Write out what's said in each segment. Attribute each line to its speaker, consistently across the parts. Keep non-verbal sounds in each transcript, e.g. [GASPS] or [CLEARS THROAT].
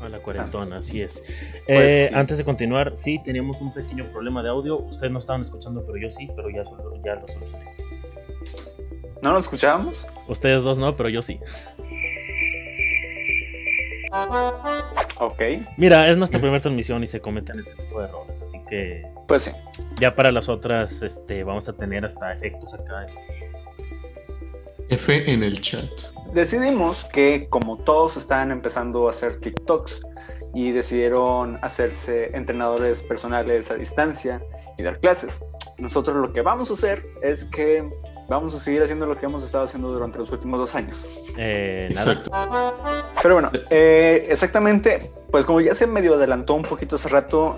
Speaker 1: A la cuarentona, así es.
Speaker 2: Pues
Speaker 1: Eh, Antes de continuar, sí, teníamos un pequeño problema de audio. Ustedes no estaban escuchando, pero yo sí, pero ya, sol- ya lo solucioné.
Speaker 3: ¿No lo escuchábamos?
Speaker 1: Ustedes dos no, pero yo sí.
Speaker 3: Ok,
Speaker 1: Mira, es nuestra primera transmisión y se cometen este tipo de errores, así que
Speaker 3: pues sí.
Speaker 1: ya para las otras este, vamos a tener hasta efectos acá.
Speaker 2: F en el chat.
Speaker 3: Decidimos que como todos estaban empezando a hacer TikToks y decidieron hacerse entrenadores personales a distancia y dar clases, nosotros lo que vamos a hacer es que vamos a seguir haciendo lo que hemos estado haciendo durante los últimos dos años.
Speaker 1: Eh, nada.
Speaker 2: Exacto.
Speaker 3: Pero bueno, eh, exactamente, pues como ya se medio adelantó un poquito hace rato,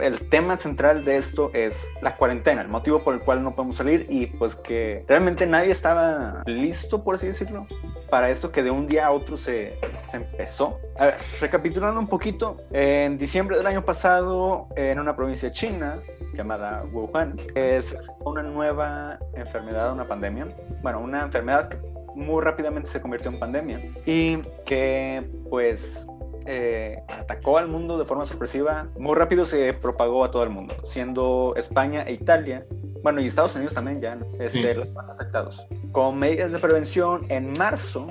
Speaker 3: el tema central de esto es la cuarentena, el motivo por el cual no podemos salir y pues que realmente nadie estaba listo, por así decirlo, para esto que de un día a otro se, se empezó. A ver, recapitulando un poquito, en diciembre del año pasado, en una provincia china llamada Wuhan, eh, se presentó una nueva enfermedad, una pandemia, bueno, una enfermedad que muy rápidamente se convirtió en pandemia y que pues eh, atacó al mundo de forma sorpresiva, muy rápido se propagó a todo el mundo, siendo España e Italia, bueno, y Estados Unidos también ya, ¿no? este,
Speaker 2: Sí.
Speaker 3: los más afectados. Con medidas de prevención, en marzo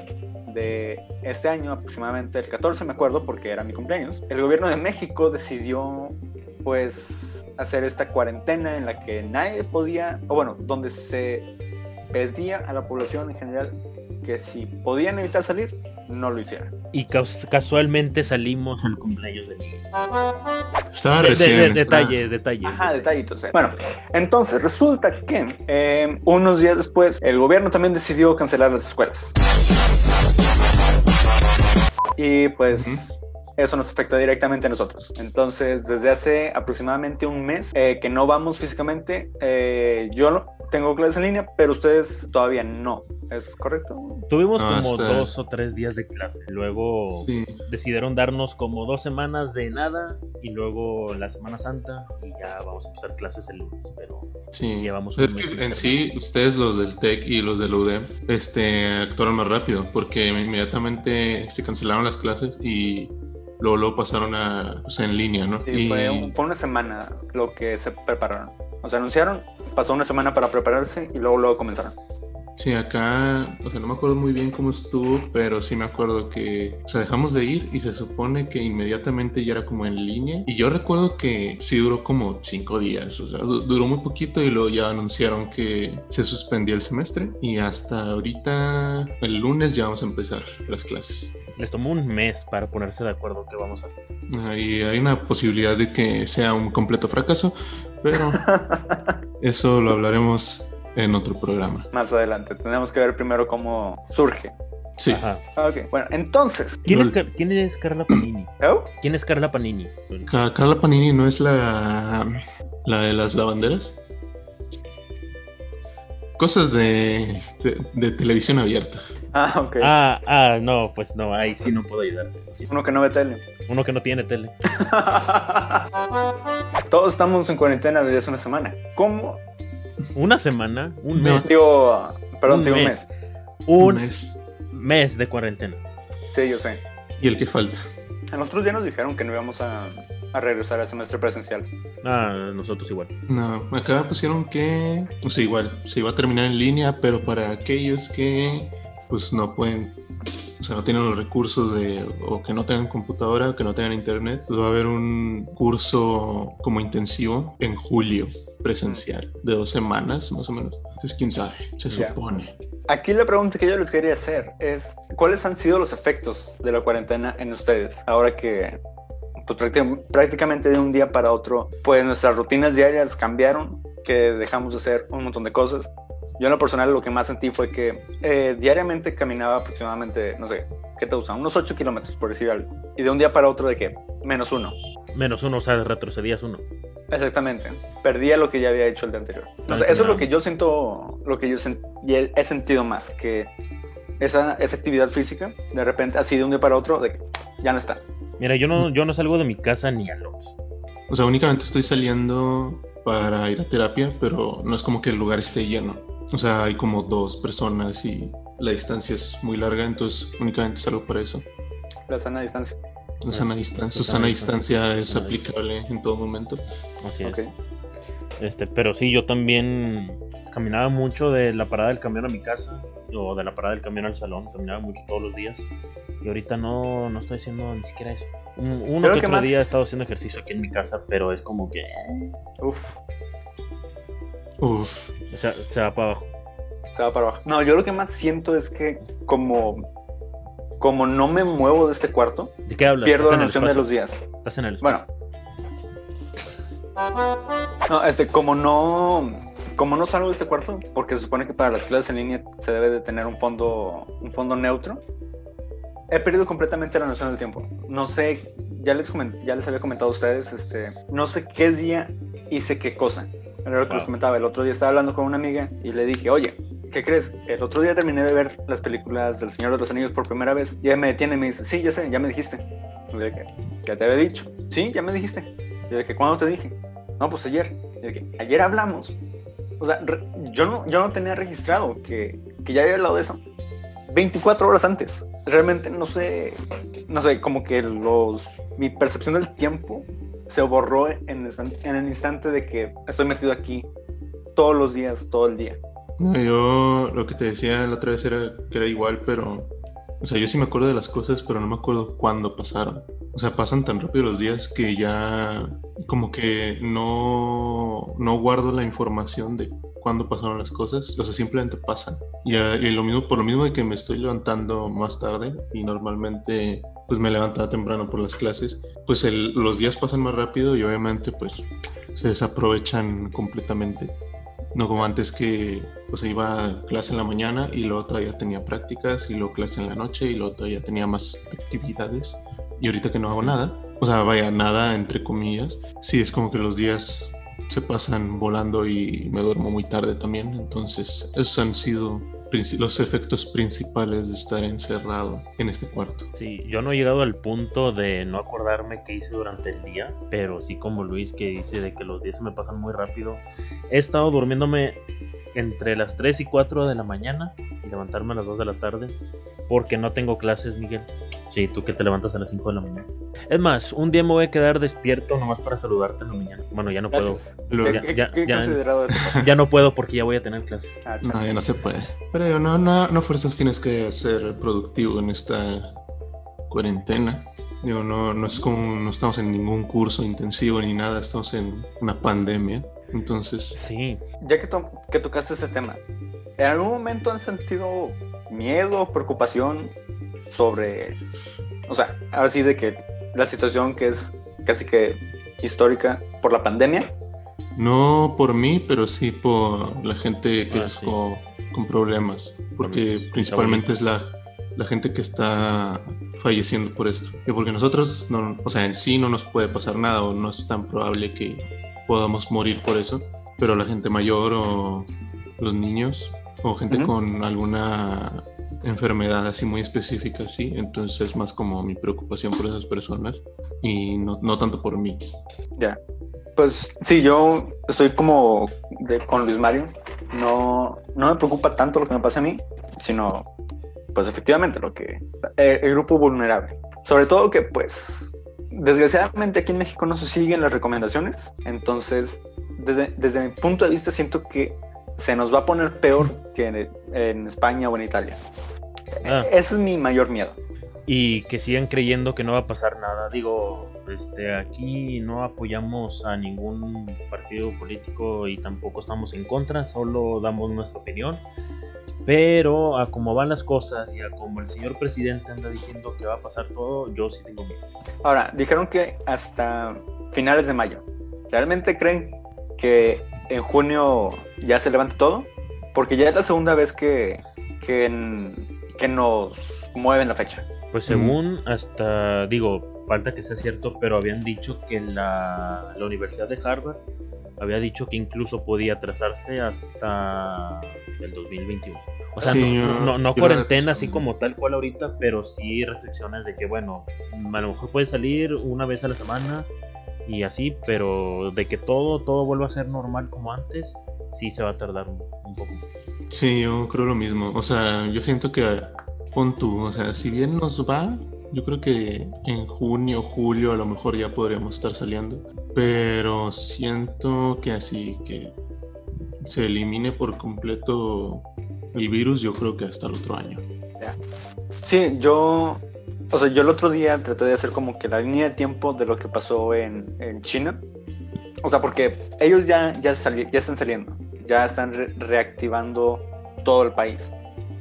Speaker 3: de este año, aproximadamente el 14, me acuerdo, porque era mi cumpleaños, el gobierno de México decidió pues hacer esta cuarentena en la que nadie podía, o bueno, donde se pedía a la población en general que si podían evitar salir, no lo hicieran.
Speaker 1: Y caus- casualmente salimos al cumpleaños de Miguel.
Speaker 2: Estaba
Speaker 1: De- de-
Speaker 2: Ah, recién.
Speaker 1: de-
Speaker 2: estaba-
Speaker 1: detalles, detalles.
Speaker 3: Ajá, detallitos. eh. Bueno, entonces resulta que eh, unos días después el gobierno también decidió cancelar las escuelas. Y pues eso nos afecta directamente a nosotros. Entonces, desde hace aproximadamente un mes eh, que no vamos físicamente, eh, yo lo- tengo clases en línea, pero ustedes todavía no. ¿Es correcto?
Speaker 1: Tuvimos
Speaker 2: No,
Speaker 1: como
Speaker 2: hasta-
Speaker 1: dos o tres días de clase. Luego
Speaker 2: Sí.
Speaker 1: decidieron darnos como dos semanas de nada y luego la Semana Santa y ya vamos a empezar clases el lunes. Pero
Speaker 2: Sí.
Speaker 1: Llevamos
Speaker 2: Es
Speaker 1: un
Speaker 2: que
Speaker 1: mes sin
Speaker 2: en
Speaker 1: hacer
Speaker 2: sí, ustedes los del TEC y los del UDEM este, actuaron más rápido porque inmediatamente se cancelaron las clases y luego, luego pasaron a pues, en línea, ¿no?
Speaker 3: Sí, fue, un- fue una semana lo que se prepararon. O sea, anunciaron, pasó una semana para prepararse y luego, luego comenzaron.
Speaker 2: Sí, acá, o sea, no me acuerdo muy bien cómo estuvo, pero sí me acuerdo que, o sea, dejamos de ir y se supone que inmediatamente ya era como en línea. Y yo recuerdo que sí duró como cinco días, o sea, du- duró muy poquito y luego ya anunciaron que se suspendía el semestre y hasta ahorita, el lunes ya vamos a empezar las clases.
Speaker 1: les tomó un mes para ponerse de acuerdo qué vamos a hacer.
Speaker 2: Ajá, Y hay una posibilidad de que sea un completo fracaso, pero eso lo hablaremos en otro programa.
Speaker 3: Más adelante, tenemos que ver primero cómo surge. Ah,
Speaker 2: Sí,
Speaker 1: Ajá.
Speaker 3: Ok, bueno, entonces,
Speaker 1: ¿Quién, es
Speaker 2: Lol.
Speaker 1: Car- quién es Carla Panini?
Speaker 3: ¿oh?
Speaker 1: ¿Quién es Carla Panini?
Speaker 2: Ca- Carla Panini no es la, la de las lavanderas. Cosas de, de, de televisión abierta.
Speaker 3: ah, ok.
Speaker 1: Ah, ah, no, pues no, ahí sí no puedo ayudarte. lo siento.
Speaker 3: Uno que no ve tele.
Speaker 1: Uno que no tiene tele.
Speaker 3: Todos estamos en cuarentena desde hace una semana. ¿Cómo?
Speaker 1: Una semana, un
Speaker 2: No.
Speaker 1: mes,
Speaker 3: Digo, perdón,
Speaker 1: Un
Speaker 3: digo un
Speaker 1: mes.
Speaker 3: mes.
Speaker 1: un
Speaker 2: mes.
Speaker 1: mes de cuarentena.
Speaker 3: Sí, yo sé.
Speaker 2: Y el que falta.
Speaker 3: A nosotros ya nos dijeron que no íbamos a, a regresar al semestre presencial.
Speaker 1: Ah, nosotros igual.
Speaker 2: No, acá pusieron que, o sea, igual, se iba a terminar en línea, pero para aquellos que, pues, no pueden, o sea, no tienen los recursos de, o que no tengan computadora, o que no tengan internet, pues va a haber un curso como intensivo en julio, presencial, de dos semanas, más o menos. Entonces, quién sabe, se
Speaker 3: Ya.
Speaker 2: supone.
Speaker 3: Aquí la pregunta que yo les quería hacer es, ¿cuáles han sido los efectos de la cuarentena en ustedes? Ahora que pues, prácti- prácticamente de un día para otro, pues nuestras rutinas diarias cambiaron, que dejamos de hacer un montón de cosas. Yo en lo personal lo que más sentí fue que eh, diariamente caminaba aproximadamente, no sé, ¿qué te gusta? Unos 8 kilómetros, por decir algo. Y de un día para otro de que menos uno.
Speaker 1: Menos uno, o sea, retrocedías uno.
Speaker 3: Exactamente. Perdía lo que ya había hecho el día anterior. O sea, eso es lo que yo siento, lo que yo sen- y he he sentido más, que esa, esa actividad física, de repente, así de un día para otro, de que ya no está.
Speaker 1: Mira, yo no, yo no salgo de mi casa ni a los.
Speaker 2: O sea, únicamente estoy saliendo para ir a terapia, pero no es como que el lugar esté lleno. O sea, hay como dos personas y la distancia es muy larga, entonces únicamente salgo para eso.
Speaker 3: La sana distancia.
Speaker 2: La sana distancia, su sana distancia es aplicable en todo momento.
Speaker 1: Así es. Este, pero sí, yo también caminaba mucho de la parada del camión a mi casa o de la parada del camión al salón, caminaba mucho todos los días y ahorita no, no estoy haciendo ni siquiera eso. Un- Uno
Speaker 3: Creo
Speaker 1: que,
Speaker 3: que
Speaker 1: otro
Speaker 3: más-
Speaker 1: día he estado haciendo ejercicio aquí en mi casa, pero es como que eh,
Speaker 3: Uf,
Speaker 2: Uf,
Speaker 1: o sea, se va para abajo.
Speaker 3: se va para abajo. No, yo lo que más siento es que como, como no me muevo de este cuarto,
Speaker 1: ¿De qué hablas?
Speaker 3: pierdo
Speaker 1: Estás en
Speaker 3: la
Speaker 1: el
Speaker 3: noción de
Speaker 1: espacio.
Speaker 3: los días.
Speaker 1: Estás en el espacio.
Speaker 3: Bueno. No, este, como no, como no salgo de este cuarto, porque se supone que para las clases en línea se debe de tener un fondo, un fondo neutro, he perdido completamente la noción del tiempo. No sé, ya les, comen- ya les había comentado a ustedes, este, no sé qué día hice qué cosa. Era lo que
Speaker 1: Wow.
Speaker 3: les comentaba, el otro día estaba hablando con una amiga y le dije, oye, ¿qué crees? El otro día terminé de ver las películas del Señor de los Anillos por primera vez y ella me detiene y me dice, sí, ya sé, ya me dijiste. Y yo de que, ya te había dicho, sí, ya me dijiste. Y yo de que, ¿cuándo te dije? No, pues ayer. Y yo de que, ayer hablamos. O sea, re- yo, no, yo no tenía registrado que, que ya había hablado de eso. 24 horas antes. Realmente no sé, no sé, como que los, mi percepción del tiempo se borró en el, instan- en el instante de que estoy metido aquí todos los días, todo el día.
Speaker 2: No, yo lo que te decía la otra vez era que era igual, pero. O sea, yo sí me acuerdo de las cosas, pero no me acuerdo cuándo pasaron. O sea, pasan tan rápido los días que ya como que no, no guardo la información de cuándo pasaron las cosas. O sea, simplemente pasan. Y, ah, y lo mismo, por lo mismo de que me estoy levantando más tarde y normalmente pues me levantaba temprano por las clases, pues el- los días pasan más rápido y obviamente pues se desaprovechan completamente. No como antes que pues iba a clase en la mañana y luego todavía tenía prácticas y luego clase en la noche y luego todavía tenía más actividades. Y ahorita que no hago nada, o sea, vaya, nada entre comillas, sí es como que los días se pasan volando y me duermo muy tarde también. Entonces, esos han sido princi- los efectos principales de estar encerrado en este cuarto.
Speaker 1: Sí, yo no he llegado al punto de no acordarme qué hice durante el día, pero sí como Luis que dice de que los días se me pasan muy rápido. He estado durmiéndome entre las 3 y 4 de la mañana y levantarme a las 2 de la tarde porque no tengo clases, Miguel. Sí, tú que te levantas a las 5 de la mañana. Es más, un día me voy a quedar despierto nomás para saludarte en la mañana. Bueno, ya no puedo.
Speaker 3: Gracias.
Speaker 2: Luego,
Speaker 1: Ya,
Speaker 3: ¿Qué-
Speaker 1: ya,
Speaker 3: qué- qué
Speaker 1: ya.
Speaker 3: considerado de tu parte?
Speaker 1: Ya no puedo porque ya voy a tener clases.
Speaker 2: [LAUGHS]
Speaker 3: Ah,
Speaker 2: no,
Speaker 3: chale.
Speaker 2: ya no se puede. Pero no, no, no fuerzas tienes que ser productivo en esta cuarentena. Digo, no, no es como, no estamos en ningún curso intensivo ni nada, estamos en una pandemia. Entonces,
Speaker 1: Sí,
Speaker 3: Ya que, to- que tocaste ese tema, ¿en algún momento han sentido miedo, preocupación sobre, o sea, ahora sí de que la situación que es casi que histórica por la pandemia?
Speaker 2: no por mí, pero sí por la gente que
Speaker 1: Ah,
Speaker 2: es
Speaker 1: sí.
Speaker 2: con, con problemas, porque
Speaker 1: mis
Speaker 2: principalmente es la, la gente que está falleciendo por esto. Y porque nosotros, no, o sea, en sí no nos puede pasar nada o no es tan probable que podamos morir por eso, pero la gente mayor o los niños o gente
Speaker 3: Ujú.
Speaker 2: con alguna enfermedad así muy específica, sí, entonces es más como mi preocupación por esas personas y no, no tanto por mí.
Speaker 3: Ya. Pues sí, yo estoy como de- con Luis Mario. No, no me preocupa tanto lo que me pasa a mí, sino, pues efectivamente, lo que eh, el, el grupo vulnerable. Sobre todo que, pues, desgraciadamente aquí en México no se siguen las recomendaciones. Entonces, desde, desde mi punto de vista, siento que se nos va a poner peor que en, en España o en Italia.
Speaker 1: Ah.
Speaker 3: Ese es mi mayor miedo.
Speaker 1: y que sigan creyendo que no va a pasar nada. Digo, este, aquí no apoyamos a ningún partido político y tampoco estamos en contra, solo damos nuestra opinión. Pero a como van las cosas y a como el señor presidente anda diciendo que va a pasar todo, yo sí tengo miedo.
Speaker 3: Ahora, dijeron que hasta finales de mayo. ¿Realmente creen que en junio ya se levante todo? Porque ya es la segunda vez que, que, en- que nos mueven la fecha.
Speaker 1: Pues
Speaker 2: Ujú.
Speaker 1: según hasta, digo, falta que sea cierto, pero habían dicho que la, la Universidad de Harvard había dicho que incluso podía atrasarse hasta el 2021. O sea,
Speaker 2: Sí,
Speaker 1: no,
Speaker 2: yo-
Speaker 1: no, no
Speaker 2: yo
Speaker 1: cuarentena
Speaker 2: la-
Speaker 1: así como tal cual ahorita, pero sí restricciones de que, bueno, a lo mejor puedes salir una vez a la semana y así, pero de que todo, todo vuelva a ser normal como antes, sí se va a tardar un, un poco más.
Speaker 2: Sí, yo creo lo mismo. O sea, yo siento que pon tú, o sea, si bien nos va Yo creo que en junio, julio a lo mejor ya podríamos estar saliendo. Pero siento que así que se elimine por completo el virus, yo creo que hasta el otro año.
Speaker 3: Sí, yo, o sea, yo el otro día traté de hacer como que la línea de tiempo de lo que pasó en, en China. O sea, porque ellos ya, ya, sali- ya están saliendo, ya están re- reactivando todo el país.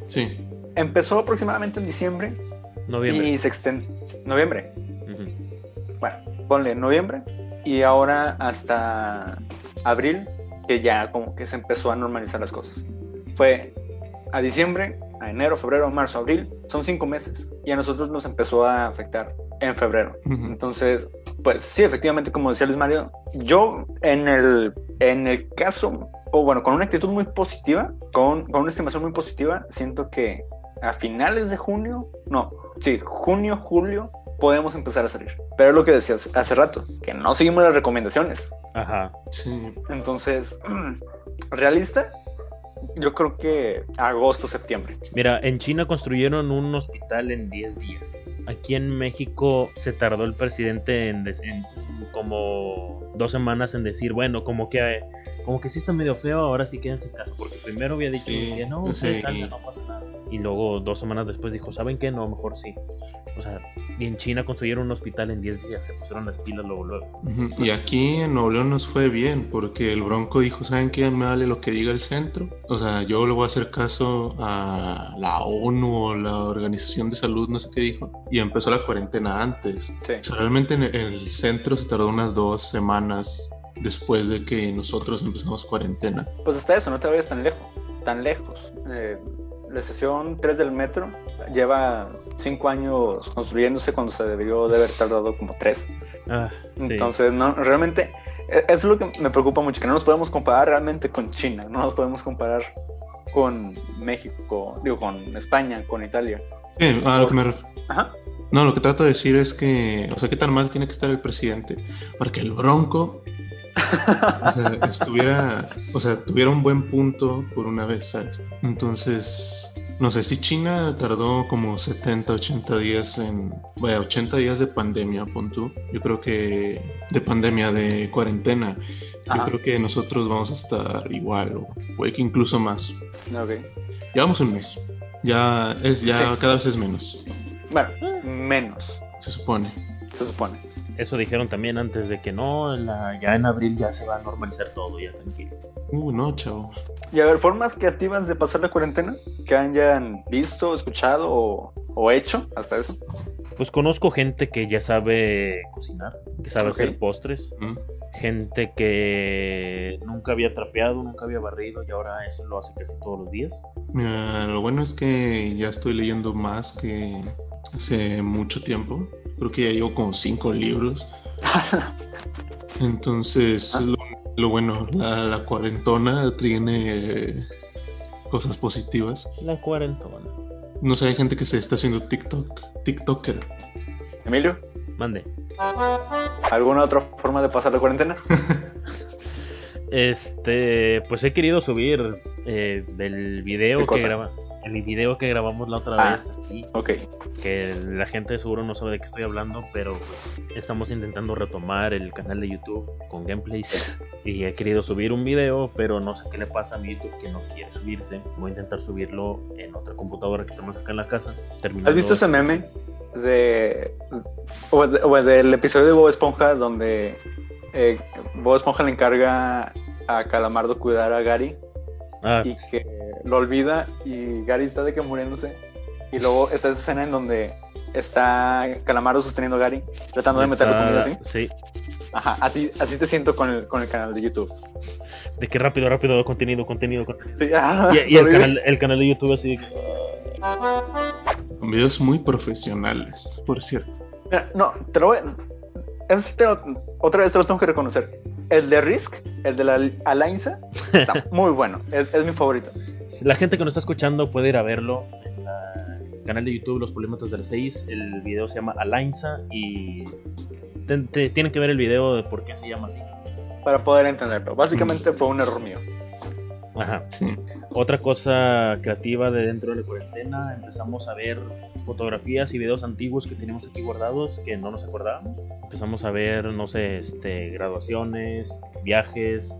Speaker 2: Sí,
Speaker 3: Empezó aproximadamente en diciembre
Speaker 1: Noviembre.
Speaker 3: y se extendió. Noviembre,
Speaker 1: Ujú.
Speaker 3: bueno, ponle noviembre y ahora hasta abril, que ya como que se empezó a normalizar las cosas. Fue a diciembre, a enero, febrero, marzo, abril, son cinco meses y a nosotros nos empezó a afectar en febrero.
Speaker 2: Ujú.
Speaker 3: Entonces, pues sí, efectivamente, como decía Luis Mario, yo en el, en el caso, o bueno, con una actitud muy positiva, con, con una estimación muy positiva, siento que a finales de junio, no, sí, junio, julio, podemos empezar a salir. Pero es lo que decías hace rato, que no seguimos las recomendaciones.
Speaker 1: Ajá.
Speaker 2: sí,
Speaker 3: Entonces, [CLEARS THROAT] realista, yo creo que agosto, septiembre.
Speaker 1: Mira, en China construyeron un hospital en 10 días. Aquí en México se tardó el presidente en, dec- en como dos semanas en decir, bueno, como que eh, como que sí está medio feo, ahora sí quédense en casa, porque primero había dicho
Speaker 2: Sí,
Speaker 1: que no,
Speaker 2: sí.
Speaker 1: ustedes salgan, no pasa nada. Y luego dos semanas después dijo, ¿saben qué? No, mejor sí. O sea, y en China construyeron un hospital en 10 días, se pusieron las pilas luego, luego.
Speaker 2: Ujú, Y aquí en Nuevo León nos fue bien porque el Bronco dijo, ¿saben qué? Me vale lo que diga el centro. O sea, yo le voy a hacer caso a la ONU o la Organización de Salud, no sé qué dijo. Y empezó la cuarentena antes.
Speaker 3: Sí.
Speaker 2: O sea, realmente en el- en el centro se tardó unas dos semanas después de que nosotros empezamos cuarentena.
Speaker 3: Pues está eso, no te vayas tan lejos, tan lejos. Eh, la estación 3 del metro lleva 5 años construyéndose cuando se debió de haber tardado como 3.
Speaker 1: Ah, sí.
Speaker 3: Entonces, no, realmente, eh, eso es lo que me preocupa mucho, que no nos podemos comparar realmente con China, no nos podemos comparar con México, digo, con España, con Italia.
Speaker 2: Sí, a lo que me ref-
Speaker 3: Ajá.
Speaker 2: No, lo que trato de decir es que, o sea, ¿qué tan mal tiene que estar el presidente? Para que el Bronco o sea,
Speaker 3: [LAUGHS]
Speaker 2: estuviera, o sea, tuviera un buen punto por una vez, ¿sabes? Entonces, no sé, si China tardó como 70, 80 días en, vaya, 80 días de pandemia, pon tú. Yo creo que de pandemia, de cuarentena. Yo
Speaker 3: Ajá.
Speaker 2: creo que nosotros vamos a estar igual, o puede que incluso más.
Speaker 3: Ok.
Speaker 2: Llevamos un mes. Ya es, ya
Speaker 3: Sí.
Speaker 2: cada vez es menos,
Speaker 3: Bueno, menos,
Speaker 2: se supone.
Speaker 3: se supone.
Speaker 1: Eso dijeron también antes de que no, la- ya en abril ya se va a normalizar todo, ya tranquilo.
Speaker 2: Uh, no, chavo.
Speaker 3: Y a ver, formas creativas de pasar la cuarentena que hayan visto, escuchado o, o hecho hasta eso.
Speaker 1: Pues conozco gente que ya sabe cocinar, que sabe
Speaker 3: Ok.
Speaker 1: hacer postres,
Speaker 2: Mm.
Speaker 1: gente que nunca había trapeado, nunca había barrido y ahora eso lo hace casi todos los días.
Speaker 2: Mira, lo bueno es que ya estoy leyendo más que hace mucho tiempo. Creo que ya llevo como cinco libros. Entonces, es lo, lo bueno, la, la cuarentona tiene cosas positivas.
Speaker 1: La cuarentona.
Speaker 2: No sé, hay gente que se está haciendo TikTok, TikToker.
Speaker 3: Emilio,
Speaker 1: Mande.
Speaker 3: ¿alguna otra forma de pasar la cuarentena?
Speaker 1: Este, pues he querido subir eh, el video
Speaker 3: ¿Qué
Speaker 1: que
Speaker 3: cosa?
Speaker 1: graba, el video que grabamos la otra
Speaker 3: Ah.
Speaker 1: vez aquí,
Speaker 3: Ok.
Speaker 1: que la gente de seguro no sabe de qué estoy hablando, pero pues, estamos intentando retomar el canal de YouTube con gameplays y he querido subir un video, pero no sé qué le pasa a mi YouTube que no quiere subirse. Voy a intentar subirlo en otra computadora que tenemos acá en la casa. Terminando-
Speaker 3: ¿Has visto ese meme de o, de- o del episodio de Bob Esponja donde eh, Bob Esponja le encarga a Calamardo cuidar a Gary
Speaker 1: Ah,
Speaker 3: y que lo olvida y Gary está de que muriéndose y luego está esa escena en donde está Calamardo sosteniendo a Gary tratando de meterle comida así.
Speaker 1: está- Sí,
Speaker 3: Ajá, así, así te siento con el, con el canal de YouTube.
Speaker 1: de que rápido, rápido, contenido, contenido,
Speaker 3: [LAUGHS]
Speaker 1: contenido.
Speaker 3: Sí, ajá,
Speaker 1: Y, y el,
Speaker 3: sobrevive.
Speaker 1: canal, el canal de YouTube así. de que,
Speaker 2: Con videos muy profesionales, por cierto.
Speaker 3: Mira, no, te lo voy Eso sí te lo- otra vez te lo tengo que reconocer. El de Risk, el de la Alianza, está muy bueno. Es, es mi favorito.
Speaker 1: La gente que nos está escuchando puede ir a verlo en la- el canal de YouTube Los Problemas del 6. El video se llama Alainza y ten- te- tienen que ver el video de por qué se llama así.
Speaker 3: Para poder entenderlo. Básicamente fue un error mío.
Speaker 1: Ajá.
Speaker 2: Sí.
Speaker 1: Otra cosa creativa de dentro de la cuarentena, empezamos a ver fotografías y videos antiguos que tenemos aquí guardados que no nos acordábamos. Empezamos a ver, no sé, este, graduaciones, viajes,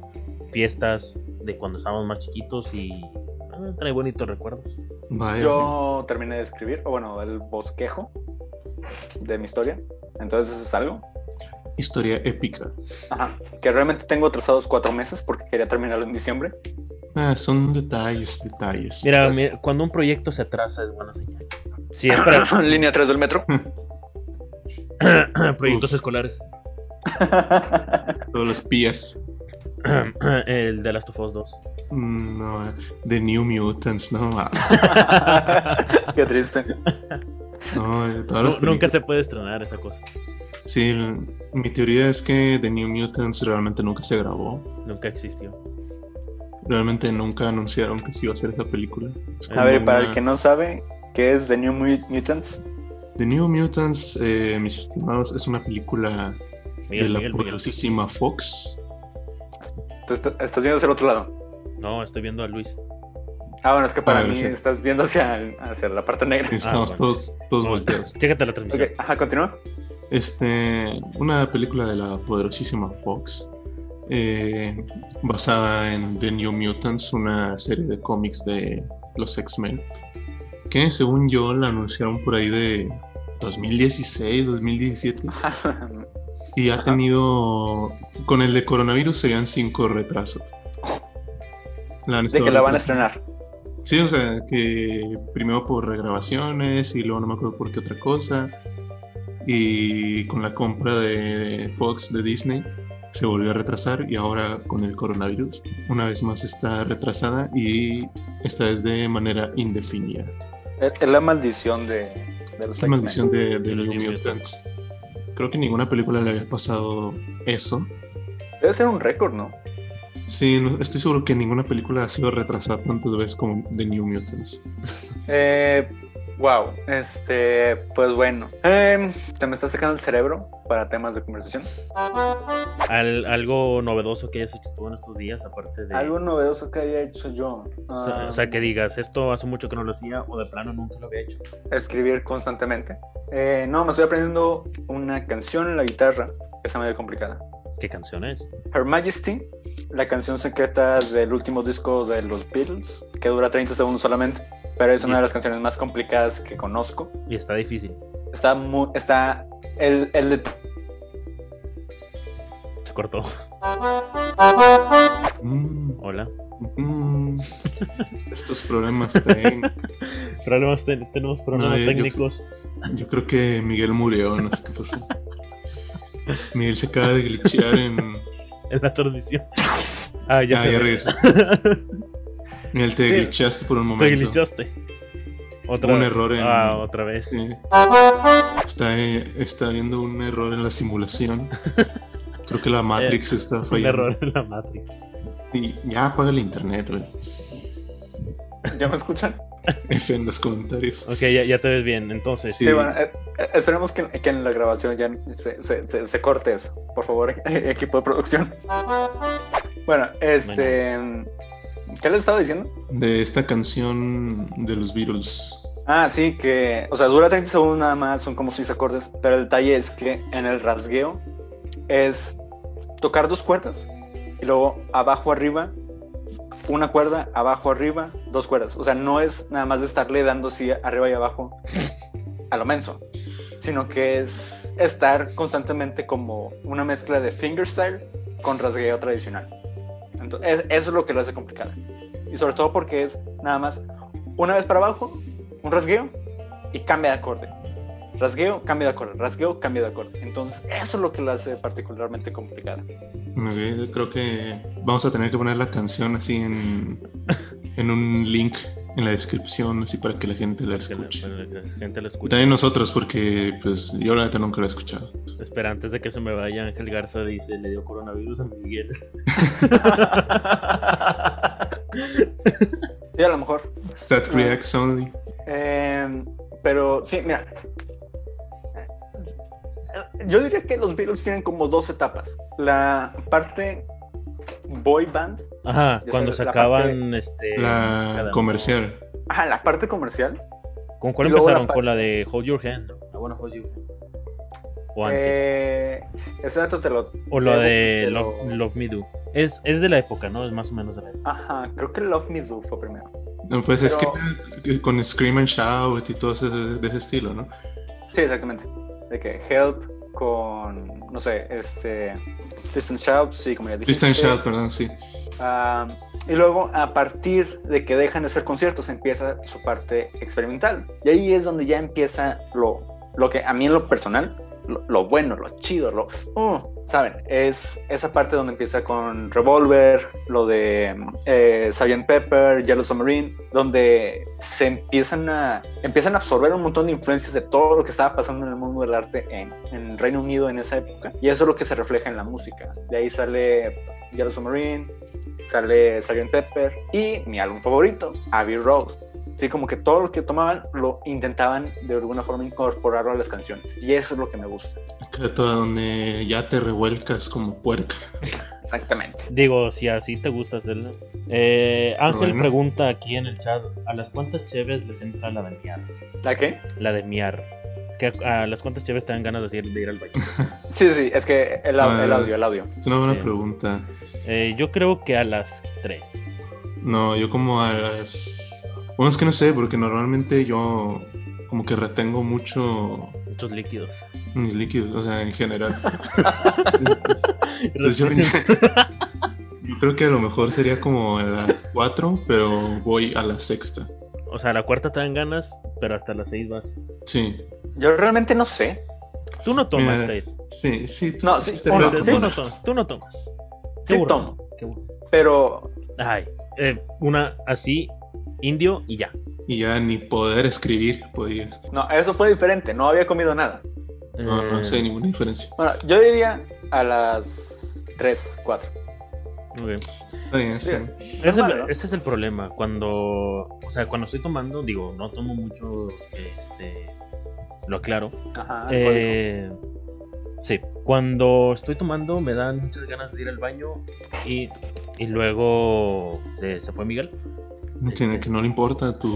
Speaker 1: fiestas de cuando estábamos más chiquitos y ah, trae bonitos recuerdos.
Speaker 2: Vaya.
Speaker 3: Yo terminé de escribir, o bueno, el bosquejo de mi historia. Entonces eso es algo.
Speaker 2: Historia épica.
Speaker 3: Ajá. Que realmente tengo atrasados cuatro meses porque quería terminarlo en diciembre.
Speaker 2: Ah, son detalles, detalles.
Speaker 1: Mira,
Speaker 2: Entonces,
Speaker 1: mira, cuando un proyecto se atrasa es buena señal. Si es para
Speaker 3: [LAUGHS] Línea 3 del
Speaker 2: [LAUGHS]
Speaker 3: metro.
Speaker 1: proyectos [COUGHS]
Speaker 2: [COUGHS] Uf.
Speaker 1: escolares,
Speaker 2: Todos los pías.
Speaker 1: el de Last of Us
Speaker 2: [LAUGHS]
Speaker 1: 2.
Speaker 2: Mm, No, The New Mutants, no, ah, ma-
Speaker 3: Qué triste.
Speaker 2: no eh,
Speaker 1: Nu-
Speaker 2: todas las
Speaker 1: nunca
Speaker 2: películas-
Speaker 1: se puede estrenar esa cosa.
Speaker 2: Sí, mi teoría es que The New Mutants realmente nunca se grabó.
Speaker 1: Nunca existió.
Speaker 2: Realmente nunca anunciaron que se iba a hacer esa película. Es
Speaker 1: A
Speaker 3: A
Speaker 2: como
Speaker 3: ver, y para
Speaker 2: una-
Speaker 3: el que no sabe, ¿qué es The New Mut- Mutants?
Speaker 2: The New Mutants, eh, mis estimados, es una película de
Speaker 1: Miguel,
Speaker 2: la
Speaker 1: Miguel, Miguel.
Speaker 2: poderosísima Fox.
Speaker 3: Tú est- estás viendo hacia el otro lado.
Speaker 1: No, estoy viendo a Luis.
Speaker 3: Ah, bueno, es que para
Speaker 2: Ah,
Speaker 3: mí
Speaker 2: sí.
Speaker 3: estás viendo hacia, el- hacia la parte negra.
Speaker 2: Estamos
Speaker 1: bueno.
Speaker 2: todos, todos volteados.
Speaker 1: Chécate la transmisión.
Speaker 3: Ok, ajá,
Speaker 2: [LAUGHS]
Speaker 3: continúa.
Speaker 2: Este, una película de la poderosísima Fox, eh, basada en The New Mutants, una serie de cómics de los X-Men, que según yo la anunciaron por ahí de 2016, 2017, y ha
Speaker 3: Ajá.
Speaker 2: tenido, con el de coronavirus serían cinco retrasos. La han
Speaker 3: De
Speaker 2: estado
Speaker 3: que la van a
Speaker 2: retrasando.
Speaker 3: estrenar.
Speaker 2: Sí, o sea, que primero por regrabaciones y luego no me acuerdo por qué otra cosa. Y con la compra de Fox de Disney se volvió a retrasar y ahora con el coronavirus una vez más está retrasada y esta es de manera indefinida.
Speaker 3: Es es la maldición de, de los
Speaker 2: Es la
Speaker 3: X-Men.
Speaker 2: maldición de, de
Speaker 1: De
Speaker 2: los
Speaker 1: los
Speaker 2: New Mutants. Creo que ninguna película le había pasado eso.
Speaker 3: Debe ser un récord, ¿no?
Speaker 2: Sí, no- estoy seguro que ninguna película ha sido retrasada tantas veces como The New Mutants.
Speaker 3: Eh, wow. Este, pues bueno. Em, se me está secando el cerebro para temas de conversación.
Speaker 1: Al- algo novedoso que hayas hecho tú en estos días, aparte de.
Speaker 3: Algo novedoso que haya hecho yo.
Speaker 1: O sea, o sea, que digas, esto hace mucho que no lo hacía o de plano nunca lo había hecho.
Speaker 3: escribir constantemente. Eh, no, me estoy aprendiendo una canción en la guitarra, que está medio complicada.
Speaker 1: ¿Qué canción es?
Speaker 3: Her Majesty, la canción secreta del último disco de los Beatles, que dura 30 segundos solamente, pero es una de las canciones más complicadas que conozco.
Speaker 1: Y está difícil.
Speaker 3: Está muy, está el, el de-
Speaker 1: Se cortó. [LAUGHS]
Speaker 2: Mm,
Speaker 1: Hola.
Speaker 2: mm. Estos
Speaker 1: [LAUGHS]
Speaker 2: problemas técnicos.
Speaker 1: Problemas te- tenemos problemas
Speaker 2: No, yo- yo-
Speaker 1: técnicos.
Speaker 2: Yo creo que Miguel murió, no sé qué pasó. Miguel se acaba de glitchear en.
Speaker 1: en la transmisión. Ah, [LAUGHS] ya,
Speaker 2: ah,
Speaker 1: se ve.
Speaker 2: ya regresaste. Miguel, te
Speaker 3: Sí.
Speaker 2: glitchaste por un
Speaker 1: Te
Speaker 2: momento.
Speaker 1: glitchaste. Otra
Speaker 2: Un error en-
Speaker 1: Ah, otra vez. [LAUGHS]
Speaker 2: Sí. Está, eh, está habiendo un error en la simulación. Creo
Speaker 1: [LAUGHS]
Speaker 2: que la Matrix está
Speaker 1: Eh, Un
Speaker 2: fallando.
Speaker 1: error en la Matrix.
Speaker 2: Y ya apaga el internet, güey.
Speaker 3: ¿Ya me escuchan?
Speaker 2: F en los comentarios.
Speaker 1: Ok, ya, ya te ves bien. Entonces,
Speaker 2: Sí.
Speaker 3: Sí, bueno, eh, eh, esperemos que, que en la grabación ya se, se- se- se corte eso. Por favor, [LAUGHS] equipo de producción. Bueno, este... ¿Qué les estaba diciendo?
Speaker 2: De esta canción de los Beatles.
Speaker 3: Ah, sí, que, o sea, dura 30 segundos nada más, son como seis acordes, pero el detalle es que en el rasgueo es tocar dos cuerdas y luego abajo arriba, una cuerda, abajo arriba, dos cuerdas. O sea, no es nada más de estarle dando así arriba y abajo a lo menso, sino que es estar constantemente como una mezcla de fingerstyle con rasgueo tradicional. Entonces, es- eso es lo que lo hace complicado. Y sobre todo porque es nada más una vez para abajo, un rasgueo y cambia de acorde. Rasgueo, cambia de acorde. Rasgueo, cambia de acorde. Entonces, eso es lo que lo hace particularmente complicada.
Speaker 2: Ok, Creo que vamos a tener que poner la canción así en, en un link en la descripción, así para que la gente la
Speaker 1: que la,
Speaker 2: escuche.
Speaker 1: para que la gente lo
Speaker 2: Y
Speaker 1: escuche.
Speaker 2: también nosotros, porque pues yo la neta nunca la he escuchado.
Speaker 1: Espera, antes de que se me vaya, Ángel Garza dice: Le dio coronavirus a
Speaker 2: [LAUGHS]
Speaker 1: Miguel.
Speaker 3: Sí, a lo mejor. Ah.
Speaker 2: Stat Reacts Only.
Speaker 3: Eh, pero sí, mira. Yo diría que los Beatles tienen como dos etapas. La parte boy band.
Speaker 1: Ajá,
Speaker 3: Ya
Speaker 1: cuando
Speaker 3: sabes, la
Speaker 1: sacaban este.
Speaker 2: La
Speaker 1: cada-
Speaker 2: comercial.
Speaker 3: Ajá, la parte comercial.
Speaker 1: ¿Con cuál
Speaker 3: y luego la Ah,
Speaker 1: empezaron?
Speaker 3: pa-
Speaker 1: Con la de Hold Your Hand, ¿no? La buena Hold Your Hand. O antes.
Speaker 3: Eh, ese dato te lo.
Speaker 1: o la
Speaker 3: eh,
Speaker 1: de
Speaker 3: te lo-
Speaker 1: Love, Love Me Do. Es, es de la época, ¿no? Es más o menos de la época.
Speaker 3: Ajá, creo que Love Me Do fue primero.
Speaker 2: No, pues es
Speaker 3: Pero-
Speaker 2: que con Scream and Shout y todo ese, de ese estilo, ¿no?
Speaker 3: Sí, exactamente. De que Help con, no sé, este. Twist and Shout, sí, como ya dijiste.
Speaker 2: Twist and Shout, perdón, sí.
Speaker 3: Ah, y luego, a partir de que dejan de hacer conciertos, empieza su parte experimental. Y ahí es donde ya empieza lo, lo que a mí en lo personal, lo, lo bueno, lo chido, lo... ¡uh! ¿Saben? Es esa parte donde empieza con Revolver, lo de eh, Sgt. Pepper, Yellow Submarine, donde se empiezan a, empiezan a absorber un montón de influencias de todo lo que estaba pasando en el mundo del arte en, en Reino Unido en esa época. Y eso es lo que se refleja en la música. De ahí sale Yellow Submarine, sale Sgt. Pepper y mi álbum favorito, Abbey Road. Sí, como que todo lo que tomaban lo intentaban de alguna forma incorporarlo a las canciones. Y eso es lo que me gusta.
Speaker 2: Acá todo donde ya te revuelcas como puerca.
Speaker 3: Exactamente.
Speaker 1: Digo, si así te gusta hacerlo. Eh, Ángel
Speaker 2: Bueno.
Speaker 1: pregunta aquí en el chat: ¿A las cuantas cheves les entra la de miar?
Speaker 3: ¿La qué?
Speaker 1: La de miar. Que a a las cuantas cheves te dan ganas de ir, de ir al
Speaker 2: [LAUGHS]
Speaker 1: baño.
Speaker 3: Sí, sí, es que el, au- el audio, el audio.
Speaker 2: Es una buena
Speaker 1: Sí.
Speaker 2: pregunta.
Speaker 1: Eh, yo creo que a las 3.
Speaker 2: No, yo como a las... Bueno, es que no sé, porque normalmente yo como que retengo mucho
Speaker 1: Muchos líquidos.
Speaker 2: mis líquidos, o sea,
Speaker 1: [LAUGHS]
Speaker 2: en general. Entonces yo, yo creo que a lo mejor sería como a las cuatro, pero voy a la sexta.
Speaker 1: O sea, a la cuarta te dan ganas, pero hasta las 6 vas.
Speaker 2: Sí,
Speaker 3: Yo realmente no sé.
Speaker 1: Tú no tomas,
Speaker 2: Mira,
Speaker 1: Tate.
Speaker 2: sí, sí. tú-
Speaker 3: No, sí,
Speaker 2: te
Speaker 1: Tú
Speaker 3: no,
Speaker 1: no,
Speaker 2: veo
Speaker 3: sí,
Speaker 1: tú
Speaker 2: como-
Speaker 1: no tomas. Tú no tomas. Qué
Speaker 3: Sí,
Speaker 1: burro.
Speaker 3: tomo.
Speaker 1: Qué burro.
Speaker 3: Pero
Speaker 1: Ay, eh, una así, indio y ya.
Speaker 2: Y ya ni poder escribir podías.
Speaker 3: no, eso fue diferente. No había comido nada.
Speaker 2: No, no
Speaker 1: Eh,
Speaker 2: sé ninguna diferencia.
Speaker 3: Bueno, yo diría a las 3, 4.
Speaker 1: muy bien.
Speaker 2: Está bien, está bien.
Speaker 1: Ese es,
Speaker 3: Normal,
Speaker 1: el-
Speaker 3: ¿no?
Speaker 1: ese es el problema. Cuando, o sea, cuando estoy tomando, digo, no tomo mucho, eh, este, lo aclaro.
Speaker 3: Ajá. alcohólico.
Speaker 1: Eh, sí, cuando estoy tomando me dan muchas ganas de ir al baño y, y luego se, se fue Miguel. [LAUGHS]
Speaker 2: Que, que no le importa tu...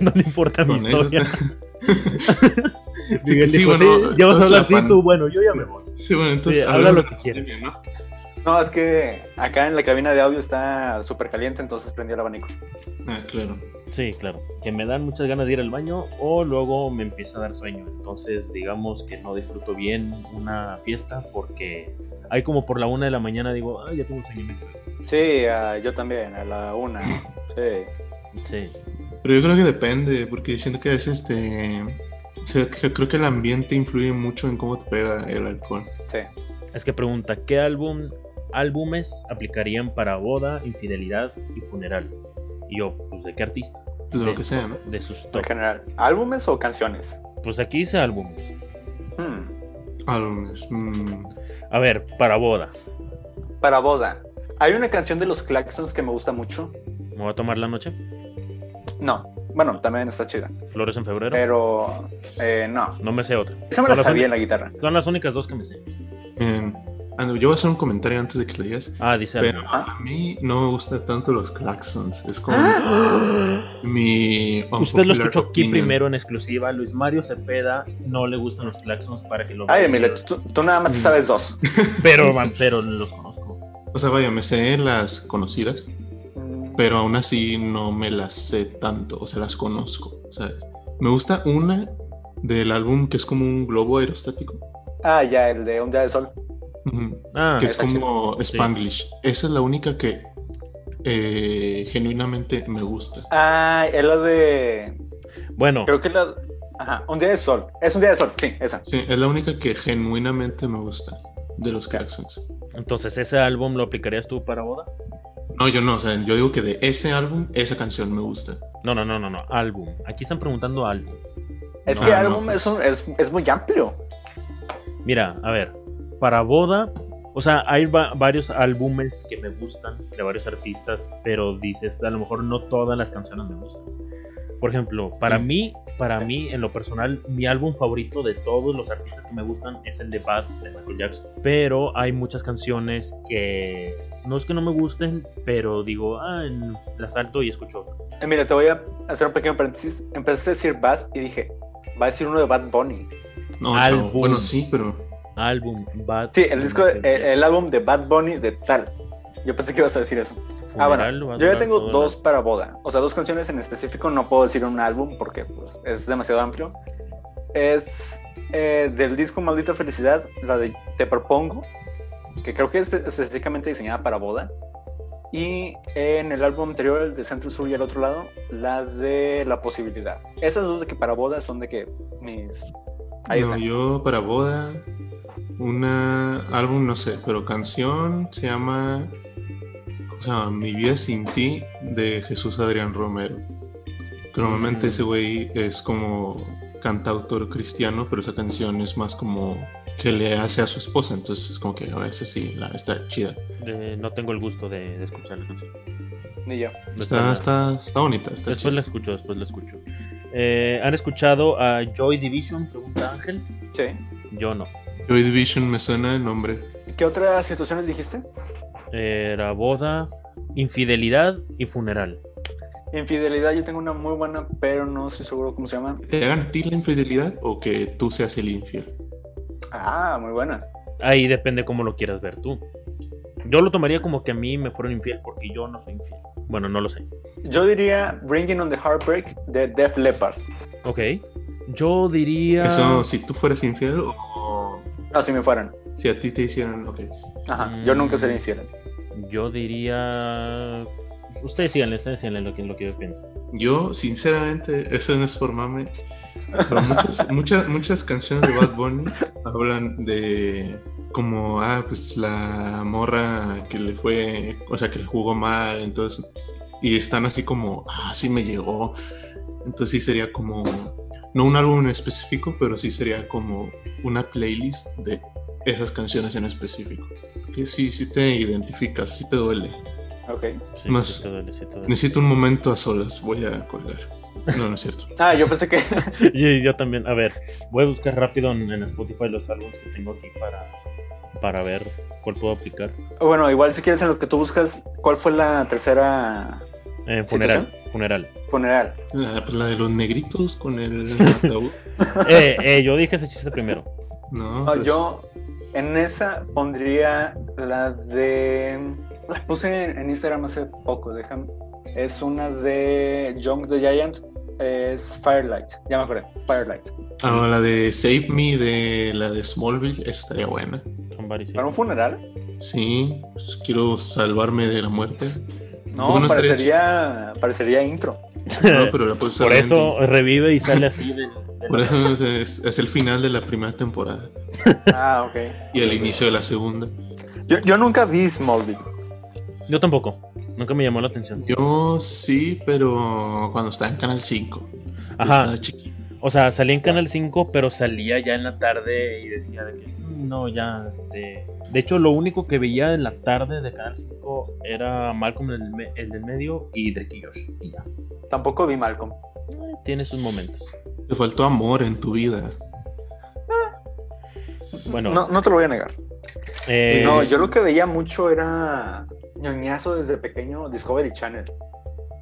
Speaker 1: no le importa mi
Speaker 2: tu
Speaker 1: historia.
Speaker 2: anécdota.
Speaker 1: Miguel
Speaker 2: Sí,
Speaker 1: dijo,
Speaker 2: bueno,
Speaker 1: "Sí, ya vas a
Speaker 2: entonces
Speaker 1: hablar
Speaker 2: la
Speaker 1: así
Speaker 2: pan-
Speaker 1: tú, bueno, yo ya me voy.
Speaker 2: [LAUGHS] Sí, bueno, entonces...
Speaker 1: Sí, habla lo
Speaker 2: hablemos
Speaker 1: que
Speaker 2: de
Speaker 1: quieras.
Speaker 2: pandemia, ¿no?
Speaker 3: No, es que acá en la cabina de audio está súper caliente, entonces prendí el abanico.
Speaker 2: Ah, claro.
Speaker 1: Sí, claro. Que me dan muchas ganas de ir al baño o luego me empieza a dar sueño. Entonces, digamos que no disfruto bien una fiesta porque hay como por la una de la mañana digo, ah, ya tengo sueño. me quedo".
Speaker 3: Sí, ah, yo también, a la 1. Sí.
Speaker 1: Sí.
Speaker 2: Pero yo creo que depende, porque siento que es este... O sea, creo, creo que el ambiente influye mucho en cómo te pega el alcohol.
Speaker 3: Sí.
Speaker 1: Es que pregunta, ¿qué álbum, álbumes aplicarían para boda, infidelidad y funeral? Y yo, pues, ¿de qué artista?
Speaker 2: Pues
Speaker 1: Sí.
Speaker 2: lo que sea, ¿no?
Speaker 1: De sus
Speaker 3: En
Speaker 1: top.
Speaker 3: general, ¿álbumes o canciones?
Speaker 1: Pues aquí dice álbumes.
Speaker 3: Hmm,
Speaker 2: Álbumes. Ah, mm,
Speaker 1: A ver, para boda.
Speaker 3: Para boda. ¿Hay una canción de los Claxons que me gusta mucho?
Speaker 1: ¿Me voy a tomar la noche?
Speaker 3: No. Bueno, también está chida.
Speaker 1: ¿Flores en febrero?
Speaker 3: Pero eh, no.
Speaker 1: No me sé otra.
Speaker 3: Esa
Speaker 1: Son
Speaker 3: me la
Speaker 1: las
Speaker 3: sabía en
Speaker 1: únicas-
Speaker 3: la guitarra.
Speaker 1: Son las únicas dos que me sé.
Speaker 2: miren, ah, no, yo voy a hacer un comentario antes de que lo digas.
Speaker 1: Ah, dice
Speaker 2: Pero
Speaker 1: álbum.
Speaker 3: Ajá.
Speaker 2: a mí no me gustan tanto los claxons. Es como
Speaker 3: [GASPS]
Speaker 1: [LAUGHS]
Speaker 2: mi.
Speaker 1: Ah. Usted lo
Speaker 2: unpopular
Speaker 1: escuchó aquí
Speaker 2: opinion.
Speaker 1: primero en exclusiva. Luis Mario Cepeda no le gustan los claxons para que lo
Speaker 3: Ay,
Speaker 1: vean.
Speaker 3: Emilio, tú, tú nada más te sabes dos.
Speaker 1: Pero, man, pero los conozco.
Speaker 2: O sea, vaya, me sé las conocidas, pero aún así no me las sé tanto. O sea, las conozco, ¿sabes? Me gusta una del álbum que es como un globo aerostático.
Speaker 3: Ah, ya, el de Un Día de Sol.
Speaker 2: Ujú.
Speaker 1: Ah,
Speaker 2: que es
Speaker 3: está chido.
Speaker 2: como Spanglish. Esa es la única que eh, genuinamente me gusta.
Speaker 3: Ah, es la de...
Speaker 1: bueno.
Speaker 3: Creo que la... Ajá, Un Día de Sol. Es Un Día de Sol, sí, esa.
Speaker 2: Sí, es la única que genuinamente me gusta de los claxons.
Speaker 1: Entonces, ¿ese álbum lo aplicarías tú para boda?
Speaker 2: No, yo no, o sea, yo digo que de ese álbum, esa canción me gusta.
Speaker 1: No, no, no, no, no. Álbum. Aquí están preguntando álbum.
Speaker 3: Es
Speaker 2: No,
Speaker 3: que
Speaker 2: no,
Speaker 3: álbum
Speaker 2: pues.
Speaker 3: es, un- es, es muy amplio.
Speaker 1: Mira, a ver, para boda, o sea, hay va- varios álbumes que me gustan de varios artistas, pero dices, a lo mejor no todas las canciones me gustan. Por ejemplo, para mí, para mí, en lo personal, mi álbum favorito de todos los artistas que me gustan es el de Bad de Michael Jackson. Pero hay muchas canciones que no es que no me gusten, pero digo, ah, en- la salto y escucho otra.
Speaker 3: Eh, mira, te voy a hacer un pequeño paréntesis. Empecé a decir Bass y dije, va a decir uno de Bad Bunny.
Speaker 2: No,
Speaker 1: Álbum.
Speaker 2: chavo. Bueno, sí, pero.
Speaker 1: Álbum, Bad.
Speaker 3: Sí, el disco,
Speaker 1: Michael
Speaker 3: el, el
Speaker 1: Jackson.
Speaker 3: álbum de Bad Bunny de tal. Yo pensé que ibas a decir eso. Ah,
Speaker 1: Funeral
Speaker 3: bueno,
Speaker 1: va a
Speaker 3: yo ya
Speaker 1: durar
Speaker 3: tengo
Speaker 1: toda la-
Speaker 3: dos para boda. O sea, dos canciones en específico. No puedo decir un álbum porque pues, es demasiado amplio. Es eh, del disco Maldita Felicidad, la de Te Propongo, que creo que es específicamente diseñada para boda. Y en el álbum anterior, el de Centro Sur y el otro lado, las de La Posibilidad. Esas dos de que para boda son de que mis... Ahí
Speaker 2: no,
Speaker 3: está.
Speaker 2: yo para boda. Una álbum, no sé, pero canción se llama. ¿Cómo se llama? Mi vida sin ti de Jesús Adrián Romero. Que normalmente
Speaker 1: Mm.
Speaker 2: ese güey es como cantautor cristiano, pero esa canción es más como que le hace a su esposa. Entonces es como que a veces sí, la, está chida.
Speaker 1: de- no tengo el gusto de, de escuchar la canción.
Speaker 3: Ni yo.
Speaker 2: Está, está, está bonita, está
Speaker 1: Después la
Speaker 2: chida.
Speaker 1: escucho, después la escucho. Eh, ¿Han escuchado a Joy Division? Pregunta Ángel.
Speaker 3: Sí.
Speaker 1: Yo no.
Speaker 2: Joy Division me suena el nombre.
Speaker 3: ¿Qué otras situaciones dijiste?
Speaker 1: Era boda, infidelidad y funeral.
Speaker 3: Infidelidad, yo tengo una muy buena, pero no estoy seguro cómo se llama.
Speaker 2: ¿Te hagan a ti la infidelidad o que tú seas el infiel?
Speaker 3: Ah, muy buena.
Speaker 1: Ahí depende cómo lo quieras ver tú. Yo lo tomaría como que a mí me fueron infiel porque yo no soy infiel. Bueno, no lo sé.
Speaker 3: Yo diría Bringing on the Heartbreak de Def Leppard.
Speaker 1: Ok. Yo diría.
Speaker 2: Eso, si tú fueras infiel o
Speaker 3: No, si me fueran.
Speaker 2: si a ti te hicieran, ok.
Speaker 3: Ajá,
Speaker 1: Mm.
Speaker 3: yo nunca seré infiel.
Speaker 1: Yo diría. Ustedes síganle, ustedes síganle lo que, lo que yo pienso.
Speaker 2: Yo, sinceramente, eso no es por mame, pero muchas, muchas, muchas canciones de Bad Bunny hablan de como, ah, pues la morra que le fue, o sea, que le jugó mal, entonces, y están así como, ah, sí me llegó. Entonces sí sería como, no un álbum en específico, pero sí sería como una playlist de esas canciones en específico. Que sí, sí te identificas, sí te duele.
Speaker 3: Ok.
Speaker 1: Sí,
Speaker 2: Más-
Speaker 1: sí, todo el- sí, todo el-
Speaker 2: Necesito un momento a solas, voy a colgar. No, no es cierto.
Speaker 3: Ah, yo pensé que. [LAUGHS]
Speaker 1: [LAUGHS] Y yo también, a ver, voy a buscar rápido en, en Spotify los álbumes que tengo aquí para, para ver cuál puedo aplicar.
Speaker 3: bueno, igual si quieres en lo que tú buscas, ¿cuál fue la tercera
Speaker 1: Eh, funeral, funeral.
Speaker 3: funeral?
Speaker 2: La, pues la de los negritos con el ataúd.
Speaker 1: Eh, eh, yo dije ese chiste primero.
Speaker 2: No,
Speaker 3: No,
Speaker 2: pues,
Speaker 3: yo en esa pondría la de. La puse en Instagram hace poco, déjame. Es una de Young the Giant. Es Firelight. Ya me acordé. Firelight.
Speaker 2: ah, la de Save Me de la de Smallville esa estaría buena.
Speaker 1: Somebody say-
Speaker 3: ¿Para un funeral?
Speaker 2: Sí, pues, quiero salvarme de la muerte.
Speaker 3: No,
Speaker 2: Bueno, estaría
Speaker 3: parecería, parecería intro.
Speaker 1: [LAUGHS]
Speaker 2: No, pero la puedes
Speaker 1: Por
Speaker 2: usar
Speaker 1: eso
Speaker 2: en-
Speaker 1: revive y sale así de, de
Speaker 2: Por
Speaker 1: la-
Speaker 2: eso es, es- es el final de la primera temporada
Speaker 3: Ah, ok.
Speaker 2: y el inicio de la segunda.
Speaker 3: Yo, yo nunca vi Smallville.
Speaker 1: Yo tampoco. Nunca me llamó la atención.
Speaker 2: Yo sí, pero cuando estaba en Canal 5. yo
Speaker 1: Ajá.
Speaker 2: estaba chiquito.
Speaker 1: O sea, salía en Canal 5, pero salía ya en la tarde y decía de que "Mm, no, ya, este. De hecho, lo único que veía en la tarde de Canal 5 era Malcolm el, me- el del medio y Drake y Josh. Y ya.
Speaker 3: Tampoco vi Malcolm.
Speaker 1: Eh, Tiene sus momentos.
Speaker 2: Te faltó amor en tu vida.
Speaker 1: Bueno,
Speaker 3: No, no te lo voy a negar.
Speaker 1: eh,
Speaker 3: No, yo lo que veía mucho era ñoñazo desde pequeño Discovery Channel.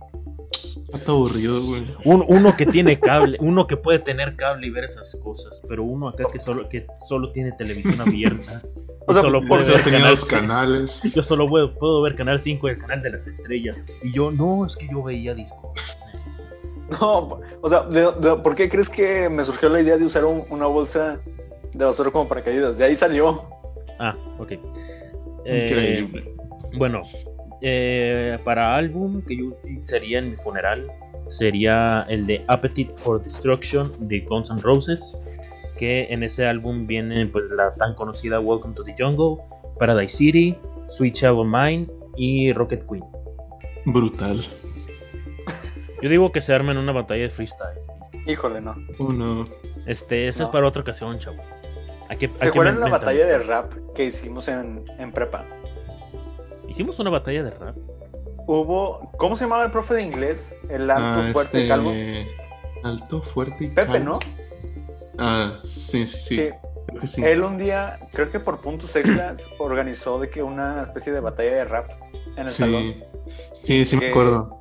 Speaker 3: [LAUGHS]
Speaker 2: Está aburrido, güey.
Speaker 1: un- uno que tiene cable, uno que puede tener cable y ver esas cosas, pero uno acá que solo, que solo tiene televisión abierta.
Speaker 3: O
Speaker 1: y
Speaker 3: sea,
Speaker 1: solo
Speaker 2: Por
Speaker 1: puede
Speaker 2: eso
Speaker 1: ver
Speaker 2: pues, tenía
Speaker 1: Canal
Speaker 2: dos
Speaker 1: 5.
Speaker 2: canales.
Speaker 1: Yo solo puedo, puedo ver Canal 5 y el Canal de las Estrellas. Y yo, no, es que yo veía disco.
Speaker 3: No, o sea, de- de- ¿por qué crees que me surgió la idea de usar un- una bolsa de basura como paracaídas? De ahí salió. [LAUGHS]
Speaker 1: Ah, ok. Eh,
Speaker 2: Increíble.
Speaker 1: bueno, eh, para álbum que yo utilizaría en mi funeral sería el de Appetite for Destruction de Guns N' Roses, que en ese álbum viene pues la tan conocida Welcome to the Jungle, Paradise City, Sweet Child of Mine y Rocket Queen.
Speaker 2: Brutal.
Speaker 1: Yo digo que se armen una batalla de freestyle.
Speaker 3: Híjole, no.
Speaker 2: Uno.
Speaker 1: Este, esa
Speaker 3: No.
Speaker 1: es para otra ocasión, chavo. Hay que,
Speaker 3: ¿Se
Speaker 1: hay que
Speaker 3: acuerdan la
Speaker 1: mentalizar.
Speaker 3: batalla de rap que hicimos en, en prepa?
Speaker 1: Hicimos una batalla de rap.
Speaker 3: hubo. ¿Cómo se llamaba el profe de inglés? El alto,
Speaker 2: Ah,
Speaker 3: fuerte,
Speaker 2: este,
Speaker 3: calvo.
Speaker 2: Alto, fuerte y
Speaker 3: Pepe,
Speaker 2: calvo.
Speaker 3: ¿no?
Speaker 2: Ah, sí, sí, sí.
Speaker 3: Sí.
Speaker 2: Creo que sí.
Speaker 3: Él un día, creo que por puntos
Speaker 2: [CLEARS THROAT]
Speaker 3: extras, organizó de que una especie de batalla de rap en el salón. Eh,
Speaker 2: sí. sí, sí me
Speaker 3: Que-
Speaker 2: acuerdo.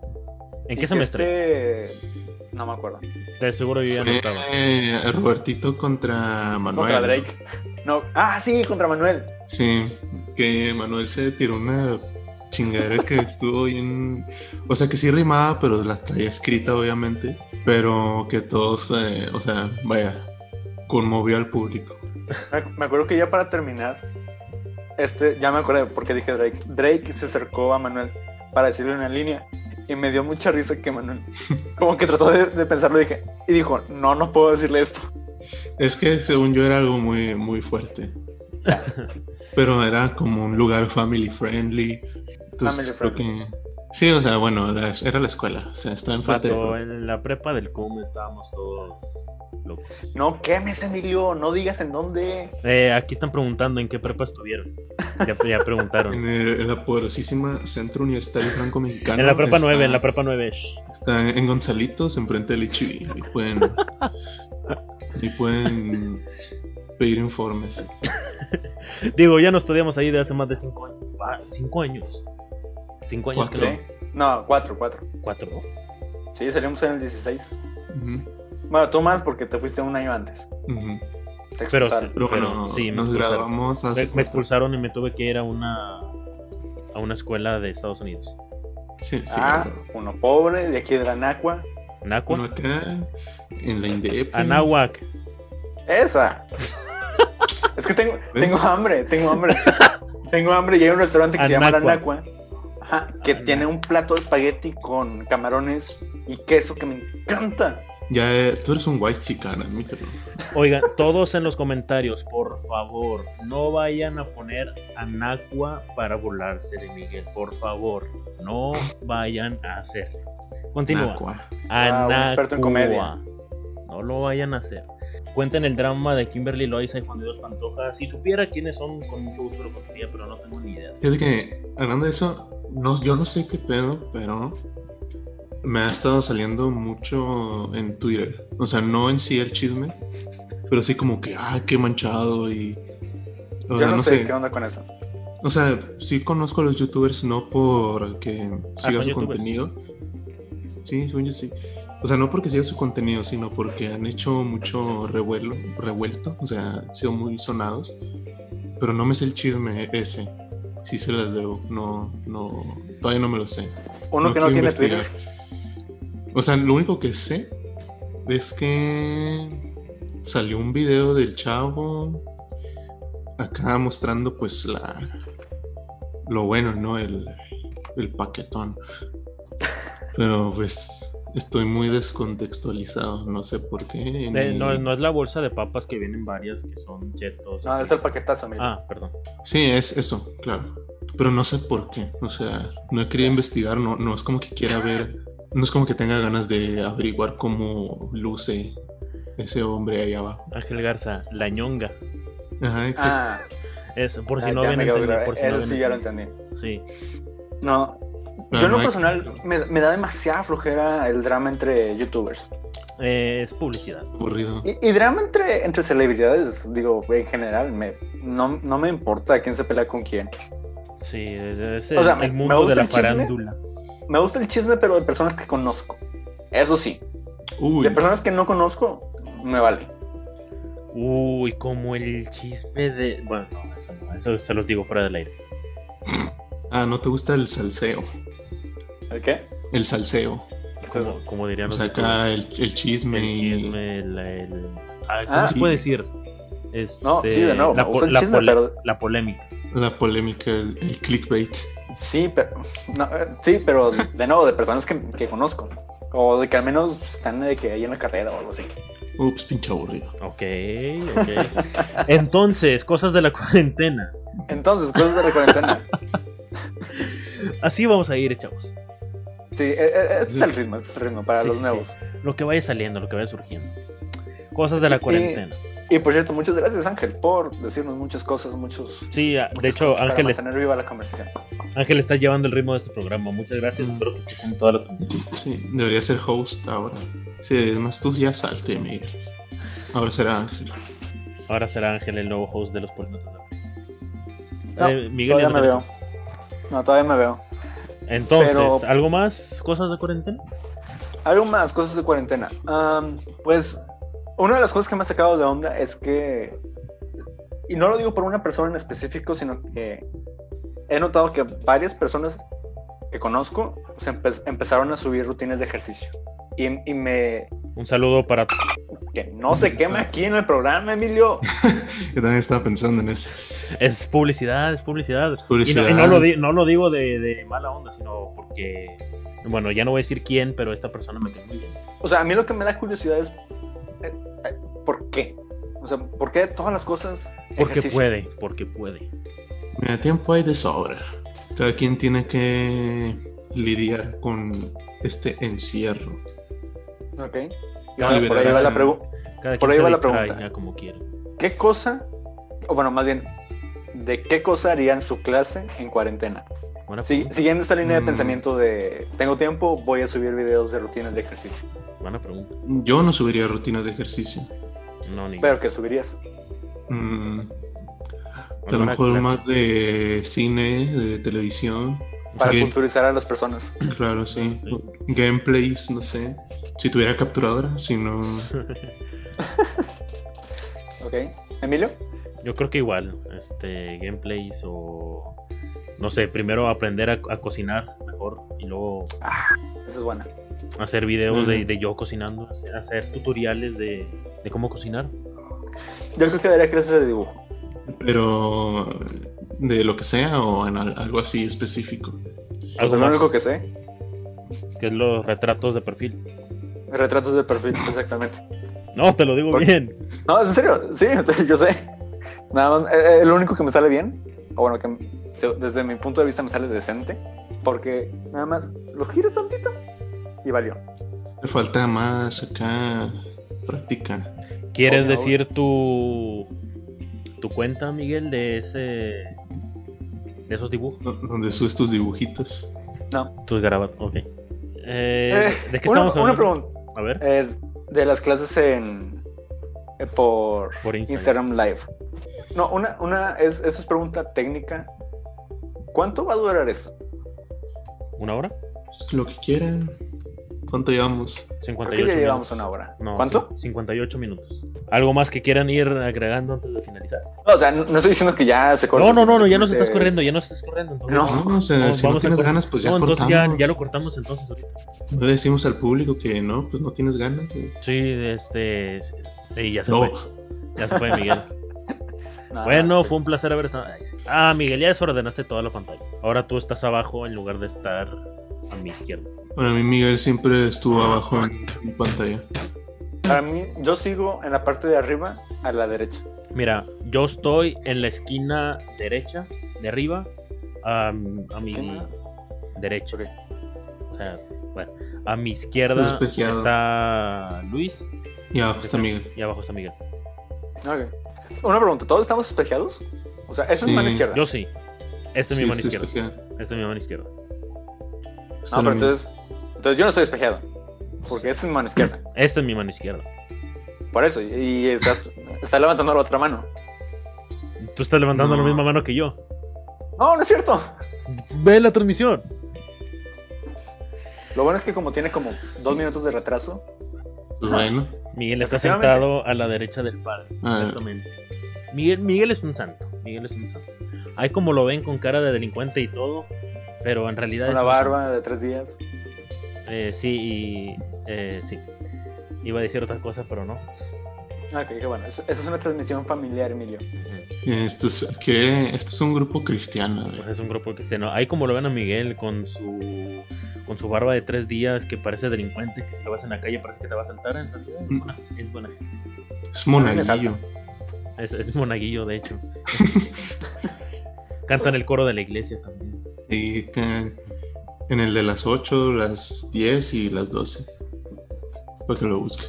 Speaker 1: ¿En
Speaker 3: Y
Speaker 1: qué
Speaker 3: que
Speaker 1: semestre?
Speaker 3: este- No me acuerdo.
Speaker 1: De seguro yo ya no
Speaker 2: Fue
Speaker 1: estaba.
Speaker 2: eh, Robertito contra Manuel.
Speaker 3: Contra
Speaker 2: ¿no?
Speaker 3: Drake. No. Ah, sí, contra Manuel.
Speaker 2: Sí, que Manuel se tiró una chingadera que estuvo bien. O sea, que sí rimaba, pero la traía escrita, obviamente. Pero que todos, eh, o sea, vaya, conmovió al público.
Speaker 3: Me ac- me acuerdo que ya para terminar, este, ya me acordé porque dije Drake. Drake se acercó a Manuel para decirle una línea y me dio mucha risa que
Speaker 2: [LAUGHS]
Speaker 3: Manuel, como que trató de, de pensarlo, dije, y dijo, no, no puedo decirle esto.
Speaker 2: Es que según yo era algo muy,
Speaker 1: [LAUGHS]
Speaker 2: muy fuerte. Pero era como un lugar family friendly. Entonces
Speaker 3: Family
Speaker 2: creo que. Sí, o sea, bueno, era, era la escuela. O sea, estaba enfrente de todo.
Speaker 1: Vato, eh, en la prepa del CUM estábamos todos locos.
Speaker 3: No quemes, Emilio, no digas en dónde.
Speaker 1: Eh, aquí están preguntando en qué prepa estuvieron. Ya, ya preguntaron.
Speaker 2: [LAUGHS] En, el- en la poderosísima Centro Universitario Franco Mexicano.
Speaker 1: En la prepa 9, en la
Speaker 2: prepa
Speaker 1: prepa 9. shh.
Speaker 2: Está en Gonzalitos, enfrente del HIV. Ahí
Speaker 1: [LAUGHS]
Speaker 2: pueden, ahí pueden pedir informes.
Speaker 1: Digo, ya no estudiamos ahí de hace más de 5 años. 5 años. 5 años
Speaker 2: Cuatro.
Speaker 1: que
Speaker 3: ¿Qué? No, cuatro, cuatro.
Speaker 1: no. 4.
Speaker 3: Sí, salimos en el 16.
Speaker 2: Ujú,
Speaker 3: Bueno, tú más porque te fuiste un año antes.
Speaker 2: ujú.
Speaker 3: Te
Speaker 1: Pero
Speaker 3: expulsaron.
Speaker 2: Pero
Speaker 1: Pero
Speaker 2: bueno,
Speaker 1: sí, me
Speaker 2: nos
Speaker 1: expulsaron.
Speaker 2: graduamos
Speaker 1: Me,
Speaker 2: hace.
Speaker 1: me expulsaron y me tuve que ir a una a una escuela de Estados Unidos.
Speaker 2: Sí, sí.
Speaker 3: ah,
Speaker 2: claro.
Speaker 3: uno pobre, de aquí de la Nacua.
Speaker 2: Uno
Speaker 1: Anacua.
Speaker 2: acá, en la INDEP.
Speaker 1: Anahuac. [LAUGHS]
Speaker 3: Esa. es que tengo, tengo hambre, tengo hambre. tengo hambre y hay un restaurante que se llama La
Speaker 1: Anacua.
Speaker 3: Nacua. ajá, que
Speaker 1: Ana-
Speaker 3: tiene un plato de espagueti con camarones y queso que me encanta.
Speaker 2: Ya, eh, tú eres un white chicana, admítelo.
Speaker 1: Oigan, todos en los comentarios, por favor, no vayan a poner Anacua para burlarse de Miguel. Por favor, no vayan a hacer. Continúa.
Speaker 2: Nacua.
Speaker 3: Ah, un experto en comedia.
Speaker 1: Anacua. No lo vayan a hacer. Cuenten el drama de Kimberly Loaiza y Juan de Dios Pantoja. Si supiera quiénes son, con mucho gusto lo contaría, pero no tengo ni idea.
Speaker 2: Fíjate que, hablando de eso, no, yo no sé qué pedo, pero me ha estado saliendo mucho en Twitter. O sea, no en sí el chisme, pero sí como que, ah, qué manchado y. o
Speaker 3: Yo
Speaker 2: sea,
Speaker 3: no, sé, qué onda con eso.
Speaker 2: O sea, sí conozco a los youtubers no porque siga
Speaker 1: Ah, son
Speaker 2: su
Speaker 1: youtubers.
Speaker 2: contenido. Sí, según yo sí. O sea, no porque siga su contenido, sino porque han hecho mucho revuelo, revuelto, o sea, han sido muy sonados. Pero no me sé el chisme ese. Sí se las debo. No, no, todavía no me lo sé.
Speaker 3: Uno que no
Speaker 2: quiero
Speaker 3: tiene
Speaker 2: investigar.
Speaker 3: Twitter.
Speaker 2: O sea, lo único que sé es que salió un video del chavo acá mostrando pues la lo bueno, ¿no? El, el paquetón. Pero pues estoy muy descontextualizado, no sé por qué.
Speaker 1: Eh,
Speaker 2: ni-
Speaker 1: no, no es la bolsa de papas que vienen varias, que son chetos.
Speaker 3: No, es el paquetazo, mira.
Speaker 1: Ah, perdón.
Speaker 2: Sí, es eso, claro. Pero no sé por qué. O sea, no he querido investigar, no, no es como que quiera ver, no es como que tenga ganas de averiguar cómo luce ese hombre ahí abajo.
Speaker 1: Ángel Garza, la ñonga.
Speaker 2: Ajá, exacto.
Speaker 3: Ah,
Speaker 1: Es, por si
Speaker 3: ya
Speaker 1: no
Speaker 3: me
Speaker 1: habían
Speaker 3: quedó
Speaker 1: entendido.
Speaker 3: claro.
Speaker 1: Por si no
Speaker 3: Eso
Speaker 1: habían
Speaker 3: sí ya lo
Speaker 1: entendido.
Speaker 3: entendí.
Speaker 1: Sí.
Speaker 3: No, yo
Speaker 2: Ah,
Speaker 3: en lo
Speaker 2: no hay-
Speaker 3: personal me, me da demasiada flojera el drama entre youtubers.
Speaker 1: Eh, es publicidad.
Speaker 2: aburrido.
Speaker 3: Y, y drama entre, entre celebridades, digo, en general, me, no, no me importa quién se pelea con quién.
Speaker 1: Sí, es el,
Speaker 3: O sea,
Speaker 1: el
Speaker 3: me- me
Speaker 1: mundo
Speaker 3: gusta
Speaker 1: de la
Speaker 3: el chisme.
Speaker 1: farándula.
Speaker 3: Me gusta el chisme, pero de personas que conozco. Eso sí,
Speaker 2: Uy,
Speaker 3: de personas que no conozco, me vale.
Speaker 1: Uy, como el chisme de. Bueno, no, eso no, eso se los digo fuera del aire.
Speaker 2: ah, no te gusta el salseo.
Speaker 3: ¿El qué?
Speaker 2: El salseo.
Speaker 3: ¿Qué es eso?
Speaker 1: Como, como dirían
Speaker 2: O
Speaker 1: los
Speaker 2: sea, Pues acá el, el chisme.
Speaker 1: youtubers, el
Speaker 2: y-
Speaker 1: chisme, el. el- ah, ¿Cómo
Speaker 3: Ah.
Speaker 1: se puede decir? Este,
Speaker 3: No, sí, de nuevo,
Speaker 1: La,
Speaker 3: me
Speaker 1: po-
Speaker 3: gusta el
Speaker 1: la
Speaker 3: chisme,
Speaker 1: pole-
Speaker 3: pero-
Speaker 1: la polémica.
Speaker 2: La polémica, el, el clickbait.
Speaker 3: Sí, pero, no, eh, sí, pero de nuevo, de personas que, que conozco. O de que al menos están de que ahí en la carrera o algo así.
Speaker 2: Ups, pues, pinche aburrido.
Speaker 1: Ok, ok.
Speaker 3: [LAUGHS]
Speaker 1: Entonces, cosas de la [LAUGHS] cuarentena.
Speaker 3: Entonces, cosas de
Speaker 1: [LAUGHS]
Speaker 3: la cuarentena.
Speaker 1: Así vamos a ir, chavos.
Speaker 3: Sí, eh, eh, este es el ritmo, este es el ritmo para
Speaker 1: Sí,
Speaker 3: los
Speaker 1: sí,
Speaker 3: nuevos.
Speaker 1: sí. Lo que vaya saliendo, lo que vaya surgiendo. Cosas de la
Speaker 3: Y-
Speaker 1: cuarentena.
Speaker 3: Y por cierto, muchas gracias Ángel por decirnos muchas cosas, muchos...
Speaker 1: Sí, ah, de
Speaker 3: muchas
Speaker 1: hecho,
Speaker 3: cosas
Speaker 1: Ángel, es-
Speaker 3: Para mantener viva la conversación.
Speaker 1: Ángel está llevando el ritmo de este programa. Muchas gracias.
Speaker 2: Mm.
Speaker 1: Espero que estés en todas las transmisiones.
Speaker 2: Sí, debería ser host ahora. Sí, además tú ya salte, Miguel. Ahora será Ángel.
Speaker 1: Ahora será Ángel el nuevo host de los Polinetas de
Speaker 3: No,
Speaker 1: Miguel,
Speaker 3: todavía
Speaker 1: ya no
Speaker 3: me veo.
Speaker 1: tenemos.
Speaker 3: No, todavía me veo.
Speaker 1: Entonces,
Speaker 3: Pero-
Speaker 1: ¿algo más? ¿Cosas de cuarentena?
Speaker 3: Algo más, cosas de cuarentena. Am, pues una de las cosas que me ha sacado de onda es que, y no lo digo por una persona en específico, sino que he notado que varias personas que conozco pues, empe- empezaron a subir rutinas de ejercicio. Y, y me...
Speaker 1: Un saludo para
Speaker 3: Que no se queme aquí en el programa, Emilio.
Speaker 2: Yo también estaba pensando en eso.
Speaker 1: Es publicidad, es publicidad.
Speaker 2: Publicidad.
Speaker 1: Y, no, y no lo, di- no lo digo de, de mala onda, sino porque, bueno, ya no voy a decir quién, pero esta persona me cae muy bien.
Speaker 3: O sea, a mí lo que me da curiosidad es... eh, eh, ¿Por qué? O sea, ¿por qué de todas las cosas...
Speaker 1: Porque
Speaker 3: ejercicio?
Speaker 1: puede, porque puede.
Speaker 2: Mira, tiempo hay de sobra. Cada quien tiene que lidiar con este encierro.
Speaker 3: Ok. Y
Speaker 1: Cada
Speaker 3: ahora,
Speaker 2: quien
Speaker 3: por ahí
Speaker 2: se
Speaker 3: va la
Speaker 2: distrae.
Speaker 3: pregunta.
Speaker 1: Cada
Speaker 3: Por
Speaker 1: quien
Speaker 3: ahí
Speaker 1: se
Speaker 3: va la
Speaker 1: distrae
Speaker 3: pregunta.
Speaker 1: a como quiere.
Speaker 3: ¿Qué cosa, o bueno, más bien, de qué cosa harían su clase en cuarentena?
Speaker 1: Buena
Speaker 3: Sí,
Speaker 1: pregunta.
Speaker 3: siguiendo esta línea de
Speaker 2: Mm.
Speaker 3: pensamiento de tengo tiempo, voy a subir videos de rutinas de ejercicio.
Speaker 1: Buena pregunta.
Speaker 2: Yo no subiría rutinas de ejercicio.
Speaker 1: No, ni
Speaker 3: Pero que subirías.
Speaker 2: Mm, a lo
Speaker 1: Alguna
Speaker 2: mejor
Speaker 1: clase.
Speaker 2: más de cine, de televisión.
Speaker 3: Para
Speaker 2: Game-
Speaker 3: culturizar a las personas.
Speaker 2: Claro, sí.
Speaker 1: Sí.
Speaker 2: Gameplays, no sé. Si tuviera capturadora, si no.
Speaker 3: ¿Ok? ¿Emilio?
Speaker 1: Yo creo que igual, este, gameplays o, no sé, primero aprender a, a cocinar mejor y luego
Speaker 3: Esa es buena.
Speaker 1: hacer videos de,
Speaker 2: Ujú.
Speaker 1: de yo cocinando, hacer- hacer tutoriales de, de cómo cocinar.
Speaker 3: Yo creo que daría clases de dibujo.
Speaker 2: Pero de lo que sea o en al- algo así específico.
Speaker 3: Eso
Speaker 1: Algo
Speaker 3: es Pues, lo
Speaker 1: más,
Speaker 3: único que sé.
Speaker 1: que es los retratos de perfil.
Speaker 3: Retratos de perfil, exactamente.
Speaker 1: No, te lo digo
Speaker 3: Por-
Speaker 1: bien.
Speaker 3: No, es en serio. Sí, [LAUGHS] yo sé. Nada más, eh, eh, lo único que me sale bien, o bueno, que se- desde mi punto de vista me sale decente, porque nada más lo giras tantito y valió.
Speaker 2: Te falta más acá práctica.
Speaker 1: ¿Quieres
Speaker 3: Obvio,
Speaker 1: decir tu tu cuenta, Miguel, de ese de esos dibujos,
Speaker 2: do- Donde subes tus dibujitos.
Speaker 1: tus garabatos? Ok. Eh,
Speaker 3: Eh,
Speaker 1: ¿De qué
Speaker 3: una,
Speaker 1: estamos hablando?
Speaker 3: Una pregunta.
Speaker 1: A ver,
Speaker 3: eh, de las clases en eh, por
Speaker 1: por Instagram.
Speaker 3: Instagram Live. No, una, una es, eso es pregunta técnica. ¿Cuánto va a durar esto?
Speaker 1: ¿Una hora?
Speaker 2: Lo que quieran. ¿Cuánto llevamos?
Speaker 3: Creo
Speaker 1: 58
Speaker 3: que ya
Speaker 1: minutos.
Speaker 3: llevamos una hora.
Speaker 1: No,
Speaker 3: ¿Cuánto?
Speaker 1: sí, 58 minutos. ¿Algo más que quieran ir agregando antes de finalizar?
Speaker 3: No, o sea, no, no estoy diciendo que ya se corta.
Speaker 1: No, no, no, no, ya nos
Speaker 3: simplemente
Speaker 1: estás corriendo,
Speaker 3: es-
Speaker 1: ya nos estás corriendo. entonces
Speaker 3: No.
Speaker 1: vamos-
Speaker 2: No, o sea,
Speaker 1: no,
Speaker 2: Eh, si no
Speaker 1: Ah, vamos a
Speaker 2: tienes
Speaker 1: cor-
Speaker 2: ganas, pues ya
Speaker 1: no, entonces
Speaker 2: cortamos.
Speaker 1: ya, ya lo cortamos entonces ahorita.
Speaker 2: No le decimos al público que no, pues no tienes ganas. güey.
Speaker 1: Sí, este... sí, sí, ya se
Speaker 2: No.
Speaker 1: fue, Ah, ya se fue [LAUGHS] Miguel.
Speaker 3: Nada,
Speaker 1: Bueno,
Speaker 3: sí.
Speaker 1: fue un placer haber estado. Ay, sí. Ah, Miguel, ya desordenaste toda la pantalla. Ahora tú estás abajo en lugar de estar a mi izquierda.
Speaker 2: Para mí Miguel siempre estuvo abajo en mi pantalla.
Speaker 3: Para mí, yo sigo en la parte de arriba a la derecha.
Speaker 1: Mira, yo estoy en la esquina derecha, de arriba, a, a mi
Speaker 3: Esquina.
Speaker 1: derecha.
Speaker 3: Ok.
Speaker 1: O sea, bueno, a mi izquierda
Speaker 2: Estás espejado.
Speaker 1: está Luis
Speaker 2: Y abajo está Miguel.
Speaker 1: y abajo está Miguel.
Speaker 3: Ok. Una pregunta, ¿todos estamos espejeados? O sea, eso es
Speaker 2: Sí.
Speaker 3: mano izquierda.
Speaker 1: Yo sí. Esta Este es
Speaker 2: Sí, este
Speaker 1: mi mano
Speaker 2: estoy
Speaker 1: izquierda.
Speaker 2: espejado.
Speaker 1: Esta es mi mano izquierda.
Speaker 2: Está
Speaker 3: no, Ah, pero
Speaker 2: lo mismo.
Speaker 3: entonces, entonces yo no estoy espejeado. Porque esa es mano izquierda.
Speaker 1: Esta Este es mi mano izquierda.
Speaker 3: Por eso, y- y está, está levantando la otra mano.
Speaker 1: Tú estás levantando
Speaker 2: No.
Speaker 1: la misma mano que yo.
Speaker 3: No, no es cierto.
Speaker 1: Ve la transmisión.
Speaker 3: Lo bueno es que como tiene como dos minutos de retraso,
Speaker 2: Pues bueno.
Speaker 1: Miguel está
Speaker 3: Efectivamente.
Speaker 1: sentado a la derecha del padre.
Speaker 2: Ah.
Speaker 1: Exactamente. Miguel, Miguel es un santo. Miguel es un santo. Hay como lo ven con cara de delincuente y todo, pero en realidad
Speaker 3: con
Speaker 1: es un
Speaker 3: la barba de tres días.
Speaker 1: santo. Eh, sí, y, eh, sí. Iba a decir otra cosa, pero no.
Speaker 3: Ah, Ok, qué bueno. Esa es una transmisión familiar, Emilio.
Speaker 1: Ujú.
Speaker 2: Esto este es, ¿qué? Esto es un grupo cristiano. güey.
Speaker 1: Pues es un grupo cristiano. Ahí como lo ven a Miguel con su con su barba de tres días que parece delincuente, que si lo vas en la calle parece que te va a saltar. En realidad es
Speaker 2: Mm.
Speaker 1: buena, es buena gente.
Speaker 2: Es monaguillo.
Speaker 1: Es, es monaguillo, de hecho. [LAUGHS] Cantan el coro de la iglesia también.
Speaker 2: Y que- en el de las 8, las 10 y las 12. Para que lo busque.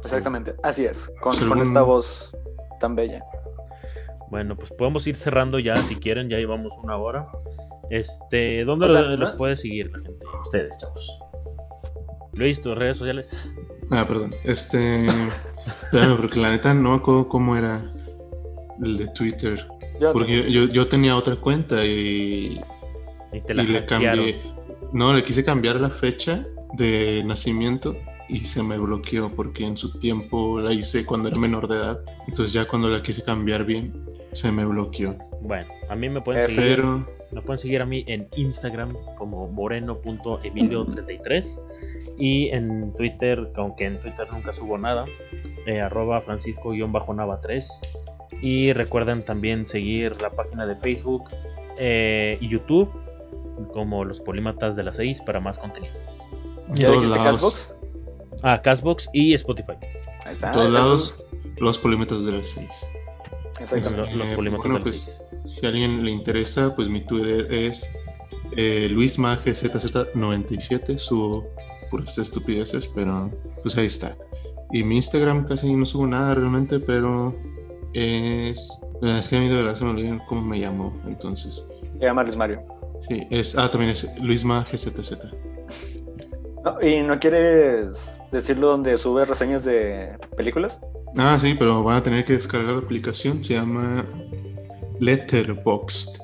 Speaker 3: Exactamente, así es. Con,
Speaker 2: Pues
Speaker 3: con
Speaker 2: algún-
Speaker 3: esta voz tan bella.
Speaker 1: Bueno, pues podemos ir cerrando ya si quieren, ya llevamos una hora. Este, ¿dónde
Speaker 3: O sea,
Speaker 1: los,
Speaker 3: ¿no?
Speaker 1: los puede seguir la gente? Ustedes, chavos. Luis, tus redes sociales.
Speaker 2: Ah, perdón. Este. Claro, porque la neta no me acuerdo cómo era el de Twitter.
Speaker 3: Yo
Speaker 2: Porque yo, yo- yo tenía otra cuenta y,
Speaker 1: Y te la
Speaker 2: y le
Speaker 1: hackearon.
Speaker 2: cambié. No, le quise cambiar la fecha de nacimiento y se me bloqueó porque en su tiempo la hice cuando era menor de edad. Entonces ya cuando la quise cambiar bien, se me bloqueó.
Speaker 1: Bueno, a mí me pueden
Speaker 3: F.
Speaker 1: seguir.
Speaker 2: Pero
Speaker 1: Me pueden seguir a mí en Instagram como moreno.emilio33 y en Twitter, aunque en Twitter nunca subo nada, eh, arroba francisco-nava3. Y recuerden también seguir la página de Facebook eh, y YouTube como los polímatas de las 6 para más contenido.
Speaker 2: en
Speaker 3: ¿Ya
Speaker 2: todos
Speaker 3: dijiste
Speaker 2: lados,
Speaker 3: Castbox?
Speaker 1: Ah, Castbox y Spotify.
Speaker 3: Ahí
Speaker 2: en
Speaker 3: está.
Speaker 2: todos
Speaker 3: eso-
Speaker 2: lados, los polímetros de las 6.
Speaker 1: Los,
Speaker 3: Exactamente.
Speaker 1: los
Speaker 2: Eh,
Speaker 1: polímatas
Speaker 2: bueno,
Speaker 1: de las
Speaker 2: pues,
Speaker 1: 6.
Speaker 2: Si a alguien le interesa, pues mi Twitter es eh, LuisMageZZ97. Subo puras estupideces, pero pues ahí está. Y mi Instagram casi no subo nada realmente, pero es. la Es que a mí de verdad se me olvidó cómo me llamó, entonces.
Speaker 3: Se llama Luis Mario.
Speaker 2: Sí, es. Ah, también es LuisMageZZ.
Speaker 3: No, ¿Y no quieres decirlo donde sube reseñas de películas?
Speaker 2: Ah, sí, pero van a tener que descargar la aplicación, se llama Letterboxd.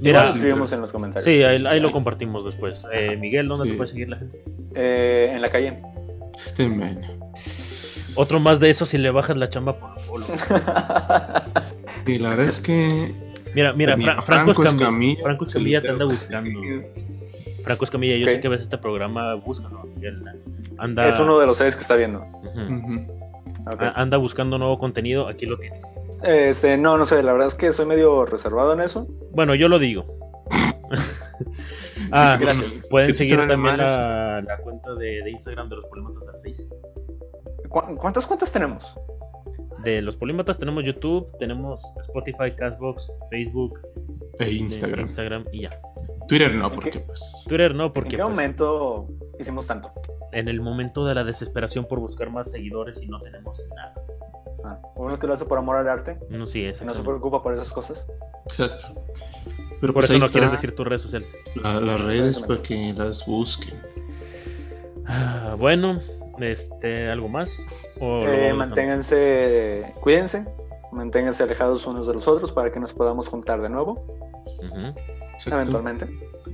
Speaker 1: Mira,
Speaker 3: Igual lo escribimos en los comentarios.
Speaker 1: sí, ahí, ahí lo
Speaker 2: Sí.
Speaker 1: compartimos después. Eh, Miguel, ¿dónde
Speaker 2: Sí.
Speaker 1: te puede seguir la gente?
Speaker 3: Eh, en la calle. [LAUGHS]
Speaker 2: Este man.
Speaker 1: Otro más de eso si le bajas la chamba por Polo.
Speaker 2: Y la verdad es que
Speaker 1: Mira, mira,
Speaker 2: Tenía
Speaker 1: Fra- Franco Escamilla.
Speaker 2: Escamilla,
Speaker 1: Franco
Speaker 2: se
Speaker 1: Escamilla
Speaker 2: le
Speaker 1: te anda
Speaker 2: quedó.
Speaker 1: buscando. Franco Escamilla, yo
Speaker 3: Ok.
Speaker 1: sé que ves este programa, búscalo. Miguel. Anda,
Speaker 3: Es uno de los seis que está viendo.
Speaker 2: Mm,
Speaker 1: Ujú.
Speaker 2: Ujú.
Speaker 3: Ok.
Speaker 1: A- anda buscando nuevo contenido, aquí lo tienes.
Speaker 3: Este, no, no sé, la verdad es que soy medio reservado en eso.
Speaker 1: Bueno, yo lo digo.
Speaker 2: [LAUGHS]
Speaker 1: ah,
Speaker 3: Gracias.
Speaker 1: pueden
Speaker 2: Sí, sí,
Speaker 1: seguir
Speaker 2: te van a
Speaker 1: también
Speaker 2: llamar, sí.
Speaker 1: la, la cuenta de, de Instagram de los Polímatas al 6.
Speaker 3: ¿Cu- ¿Cuántas cuentas tenemos?
Speaker 1: De los Polímatas tenemos YouTube, tenemos Spotify, Castbox, Facebook,
Speaker 2: E
Speaker 1: eh,
Speaker 2: Instagram.
Speaker 1: Instagram y ya.
Speaker 2: Twitter no,
Speaker 3: ¿En
Speaker 2: porque
Speaker 3: qué?
Speaker 2: pues.
Speaker 1: Twitter no,
Speaker 3: ¿En
Speaker 1: porque
Speaker 3: qué
Speaker 1: pues,
Speaker 3: momento hicimos tanto?
Speaker 1: en el momento de la desesperación por buscar más seguidores y no tenemos nada.
Speaker 3: Ah, uno que lo hace por amor al arte,
Speaker 1: No, sí,
Speaker 3: que no se
Speaker 1: exactamente.
Speaker 3: preocupa por esas cosas.
Speaker 2: Exacto. Pero
Speaker 1: Por
Speaker 2: pues
Speaker 1: eso
Speaker 2: ahí
Speaker 1: no quieres
Speaker 2: está
Speaker 1: decir tus redes sociales.
Speaker 2: la- las redes para que las busquen.
Speaker 1: Ah, bueno, este, ¿algo más? ¿O lo
Speaker 3: Eh,
Speaker 1: vamos dejando?
Speaker 3: manténganse, cuídense, manténganse alejados unos de los otros para que nos podamos juntar de nuevo,
Speaker 1: Ujú.
Speaker 2: Exacto.
Speaker 3: eventualmente.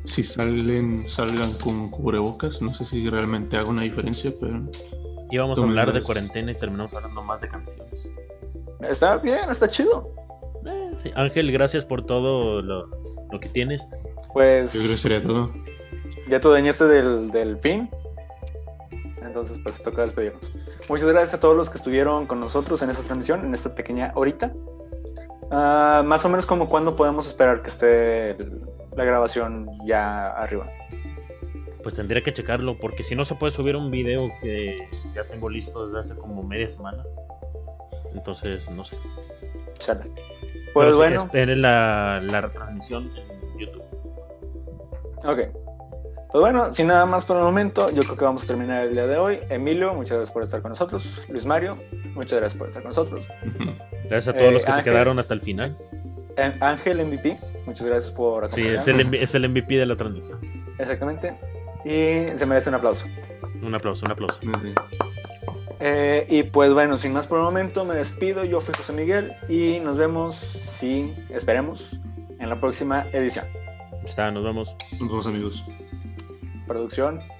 Speaker 2: Si salen, salgan con cubrebocas, no sé si realmente haga una diferencia, pero
Speaker 1: Y vamos a
Speaker 2: Tomen
Speaker 1: hablar de
Speaker 2: las-
Speaker 1: cuarentena y terminamos hablando más de canciones.
Speaker 3: Está bien, está chido.
Speaker 1: Eh, sí. Ángel, gracias por todo lo, lo que tienes.
Speaker 3: Pues
Speaker 2: yo creo que sería todo.
Speaker 3: ya tú dañaste del, del fin. Entonces, pues te toca despedirnos. Muchas gracias a todos los que estuvieron con nosotros en esta transmisión, en esta pequeña horita. Ah, más o menos como cuando podemos esperar que esté el- la grabación ya arriba.
Speaker 1: Pues tendría que checarlo, porque si no se puede subir un video que ya tengo listo desde hace como media semana. Entonces, no sé.
Speaker 3: Chale.
Speaker 1: Pero
Speaker 3: Pues
Speaker 1: sí, este-
Speaker 3: bueno,
Speaker 1: esperen la, la retransmisión en YouTube.
Speaker 3: ok. Pues bueno, sin nada más por el momento, yo creo que vamos a terminar el día de hoy. Emilio, muchas gracias por estar con nosotros. Luis Mario, muchas gracias por estar con nosotros.
Speaker 2: Ujú.
Speaker 1: Gracias a todos
Speaker 3: Eh,
Speaker 1: los que se
Speaker 3: Ángel.
Speaker 1: quedaron hasta el final.
Speaker 3: An- Ángel MVP, muchas gracias por
Speaker 1: Sí,
Speaker 3: acompañarnos.
Speaker 1: es el, MV es el MVP de la transmisión.
Speaker 3: Exactamente. Y se merece un aplauso.
Speaker 1: Un aplauso, un aplauso.
Speaker 2: Muy bien.
Speaker 3: Eh, y pues bueno, sin más por el momento, me despido. Yo fui José Miguel y nos vemos, sí, esperemos, en la próxima edición.
Speaker 1: Ya Está, nos vemos.
Speaker 2: Nos vemos amigos.
Speaker 3: Producción,